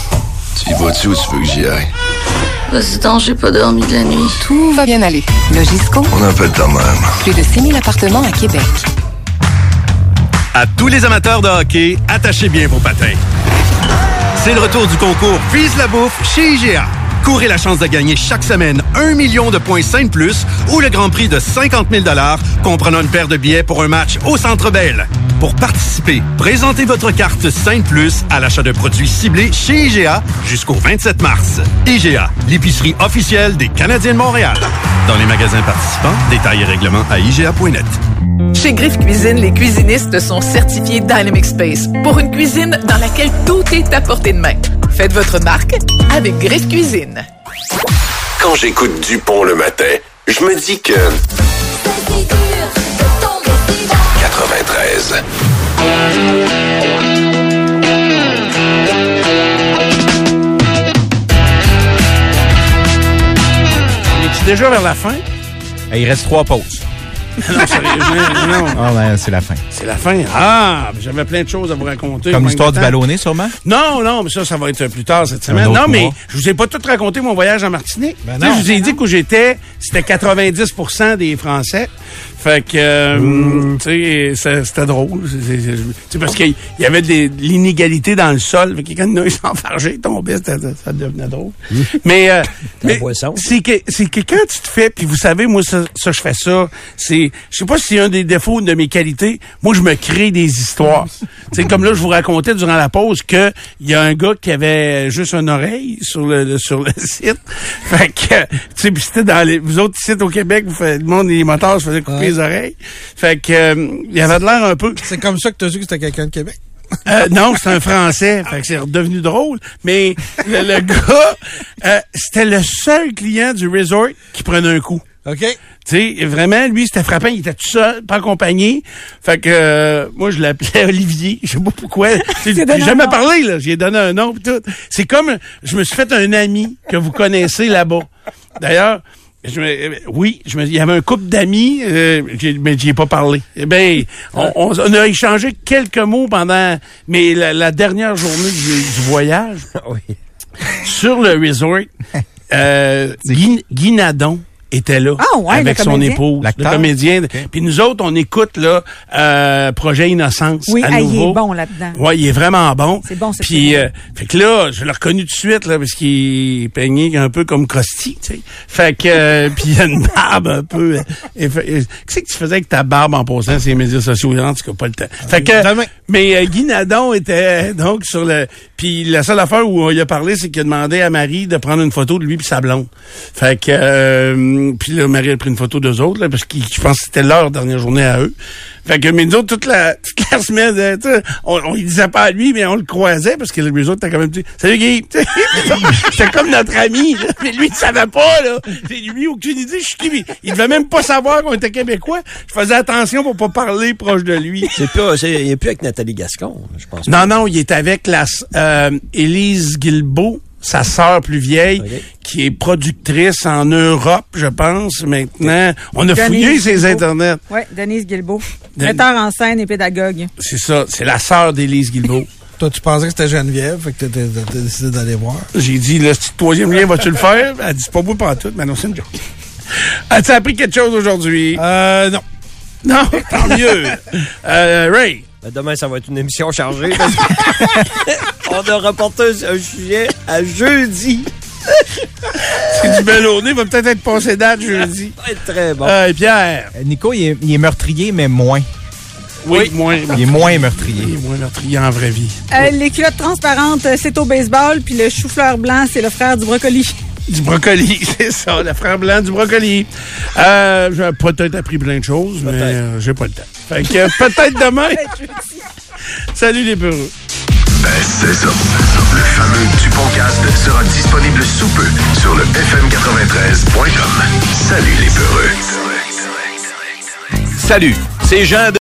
Speaker 19: Tu y vas-tu où tu veux que j'y aille?
Speaker 20: Vas-y donc, Bah, j'ai pas dormi de la nuit.
Speaker 18: Tout va bien aller. Logisco,
Speaker 19: On a un peu de temps même.
Speaker 18: plus de 6000 appartements à Québec.
Speaker 21: À tous les amateurs de hockey, attachez bien vos patins. C'est le retour du concours Vise la bouffe chez IGA. Courez la chance de gagner chaque semaine 1 million de points 5 plus ou le grand prix de 50 000 comprenant une paire de billets pour un match au Centre Bell. Pour participer, présentez votre carte 5 plus à l'achat de produits ciblés chez IGA jusqu'au 27 mars. IGA, l'épicerie officielle des Canadiens de Montréal. Dans les magasins participants, détails et règlements à IGA.net.
Speaker 22: Chez Griff Cuisine, les cuisinistes sont certifiés Dynamic Space pour une cuisine dans laquelle tout est à portée de main. Faites votre marque avec Griff Cuisine.
Speaker 1: Quand j'écoute Dupont le matin, je me dis que...
Speaker 19: 93.
Speaker 3: Es-tu déjà vers la fin?
Speaker 2: Eh, Il reste trois pauses.
Speaker 3: Non, sérieusement, non.
Speaker 2: Ah ben, c'est la fin.
Speaker 3: C'est la fin. Ah, j'avais plein de choses à vous raconter.
Speaker 2: Comme
Speaker 3: Manque
Speaker 2: l'histoire
Speaker 3: de
Speaker 2: du
Speaker 3: temps.
Speaker 2: ballonné, sûrement?
Speaker 3: Non, non, mais ça, ça va être plus tard cette semaine.
Speaker 2: autre
Speaker 3: Non, mais
Speaker 2: mois. Ben
Speaker 3: je vous ai pas tout raconté mon voyage en Martinique. Tu sais,
Speaker 2: non.
Speaker 3: je vous ai dit qu'où j'étais, c'était 90 des Français. Fait que, euh,
Speaker 2: Hmm.
Speaker 3: tu sais, ça- c'était drôle. C'est- c'est- c'est- Tu sais, parce qu'il y avait des- de l'inégalité dans le sol. Fait que quand il y en a, ils s'enfargeaient, ils tombaient, c'était- ça devenait drôle. Mais, euh, mais c'est que c'est que quand tu te fais, puis vous savez, moi ça, ça, je fais ça. C'est, je sais pas si c'est un des défauts de mes qualités. Moi, je me crée des histoires. C'est comme là, je vous racontais durant la pause que il y a un gars qui avait juste une oreille sur le, le- sur le site. Fait que, euh, tu sais, puis c'était dans les, vous autres sites au Québec, vous faites, le monde les motards se faisaient couper les oreilles. Fait que, euh, il avait de l'air un peu.
Speaker 7: C'est comme ça que tu as su que c'était quelqu'un de Québec?
Speaker 3: Euh, non, c'est un Français. fait que c'est redevenu drôle. Mais le, le gars, euh, c'était le seul client du resort qui prenait un coup.
Speaker 7: OK.
Speaker 3: Tu sais, vraiment, lui, c'était frappant. Il était tout seul, pas accompagné. Fait que euh, moi, je l'appelais Olivier. Je sais pas pourquoi. J'ai
Speaker 7: donné un
Speaker 3: jamais
Speaker 7: nom.
Speaker 3: parlé, là. J'ai donné un nom pis tout. C'est comme je me suis fait un ami que vous connaissez là-bas. D'ailleurs, je me- euh, oui, je me, il y avait un couple d'amis, euh, j'ai- mais j'y ai pas parlé. Eh ben, on, on- on a échangé quelques mots pendant, mais la, la dernière journée du, du voyage, sur le resort, euh, Guy- Guy Nadon était là
Speaker 23: Ah ouais,
Speaker 3: avec
Speaker 23: le
Speaker 3: son
Speaker 23: comédien.
Speaker 3: épouse, le
Speaker 23: L'acteur.
Speaker 3: comédien. Puis nous autres, on écoute là euh, Projet Innocence
Speaker 23: Oui,
Speaker 3: à
Speaker 23: ah, il
Speaker 3: nouveau.
Speaker 23: est bon là-dedans.
Speaker 3: Ouais, il est vraiment bon.
Speaker 23: C'est bon, c'est
Speaker 3: Puis,
Speaker 23: bon.
Speaker 3: euh, fait que là, je l'ai reconnu tout de suite, là, parce qu'il peignait un peu comme Costi, tu sais. Fait que, euh, puis il a une barbe un peu. euh, et fait- et- Qu'est-ce que tu faisais avec ta barbe en posant sur les médias sociaux? En tout cas, pas le temps. Fait que, mais euh, Guy Nadon était euh, donc sur le... Puis la seule affaire où on lui a parlé, c'est qu'il a demandé à Marie de prendre une photo de lui puis sa blonde. Fait que, euh, puis là, Marie a pris une photo d'eux autres, là, parce que je pense que c'était leur dernière journée à eux. Fait que, mais nous autres, toute la, toute la semaine, euh, tu sais, on, on y disait pas à lui, mais on le croisait parce que les autres étaient quand même dit Salut Guy! Tu sais, C'était comme notre ami, là. mais lui, il savait pas, là. C'est lui, aucune idée, je suis qui. mais Il devait même pas savoir qu'on était Québécois. Je faisais attention pour pas parler proche de lui.
Speaker 24: C'est plus, euh, c'est- il est plus avec Nathalie Gascon, je pense.
Speaker 3: Non, non, il est avec la s- euh, Élise Guilbeault, sa sœur plus vieille, qui est productrice en Europe, je pense, maintenant. On a
Speaker 23: Denise
Speaker 3: fouillé ses
Speaker 23: Guilbeault.
Speaker 3: internets.
Speaker 23: Oui, Denise Guilbeault.
Speaker 3: Den-
Speaker 23: Metteur en scène et pédagogue.
Speaker 3: C'est ça, c'est la sœur d'Élise Guilbeault.
Speaker 7: Toi, tu pensais que c'était Geneviève, fait que t'étais- t'as décidé d'aller voir.
Speaker 3: J'ai dit, le petit troisième lien, vas-tu le faire? Elle dit, c'est pas moi pas tout, mais non, c'est une joke. As-tu appris quelque chose aujourd'hui?
Speaker 7: Euh, non.
Speaker 3: Non, tant mieux. Euh, Ray.
Speaker 24: Ben, demain, ça va être une émission chargée parce que on a reporté un, un sujet à jeudi.
Speaker 3: c'est du bel ben, va peut-être être passé date jeudi.
Speaker 24: Très bon.
Speaker 3: Euh, Pierre.
Speaker 2: Nico, il est, il est meurtrier, mais moins.
Speaker 3: Oui, moins. Il
Speaker 2: est moins meurtrier.
Speaker 3: Il est moins meurtrier en vraie vie.
Speaker 23: Euh, les culottes transparentes, euh, c'est au baseball, puis le chou-fleur blanc, c'est le frère du brocoli.
Speaker 3: Du brocoli, c'est ça, le frère blanc du brocoli. Euh, J'aurais peut-être appris plein de choses, mais euh, j'ai pas le temps. Fait que euh, peut-être demain. Salut les peureux.
Speaker 1: Ben, c'est ça. Le fameux Dupont-Cast sera disponible sous peu sur le fm93.com. Salut les peureux.
Speaker 4: Salut, c'est Jean de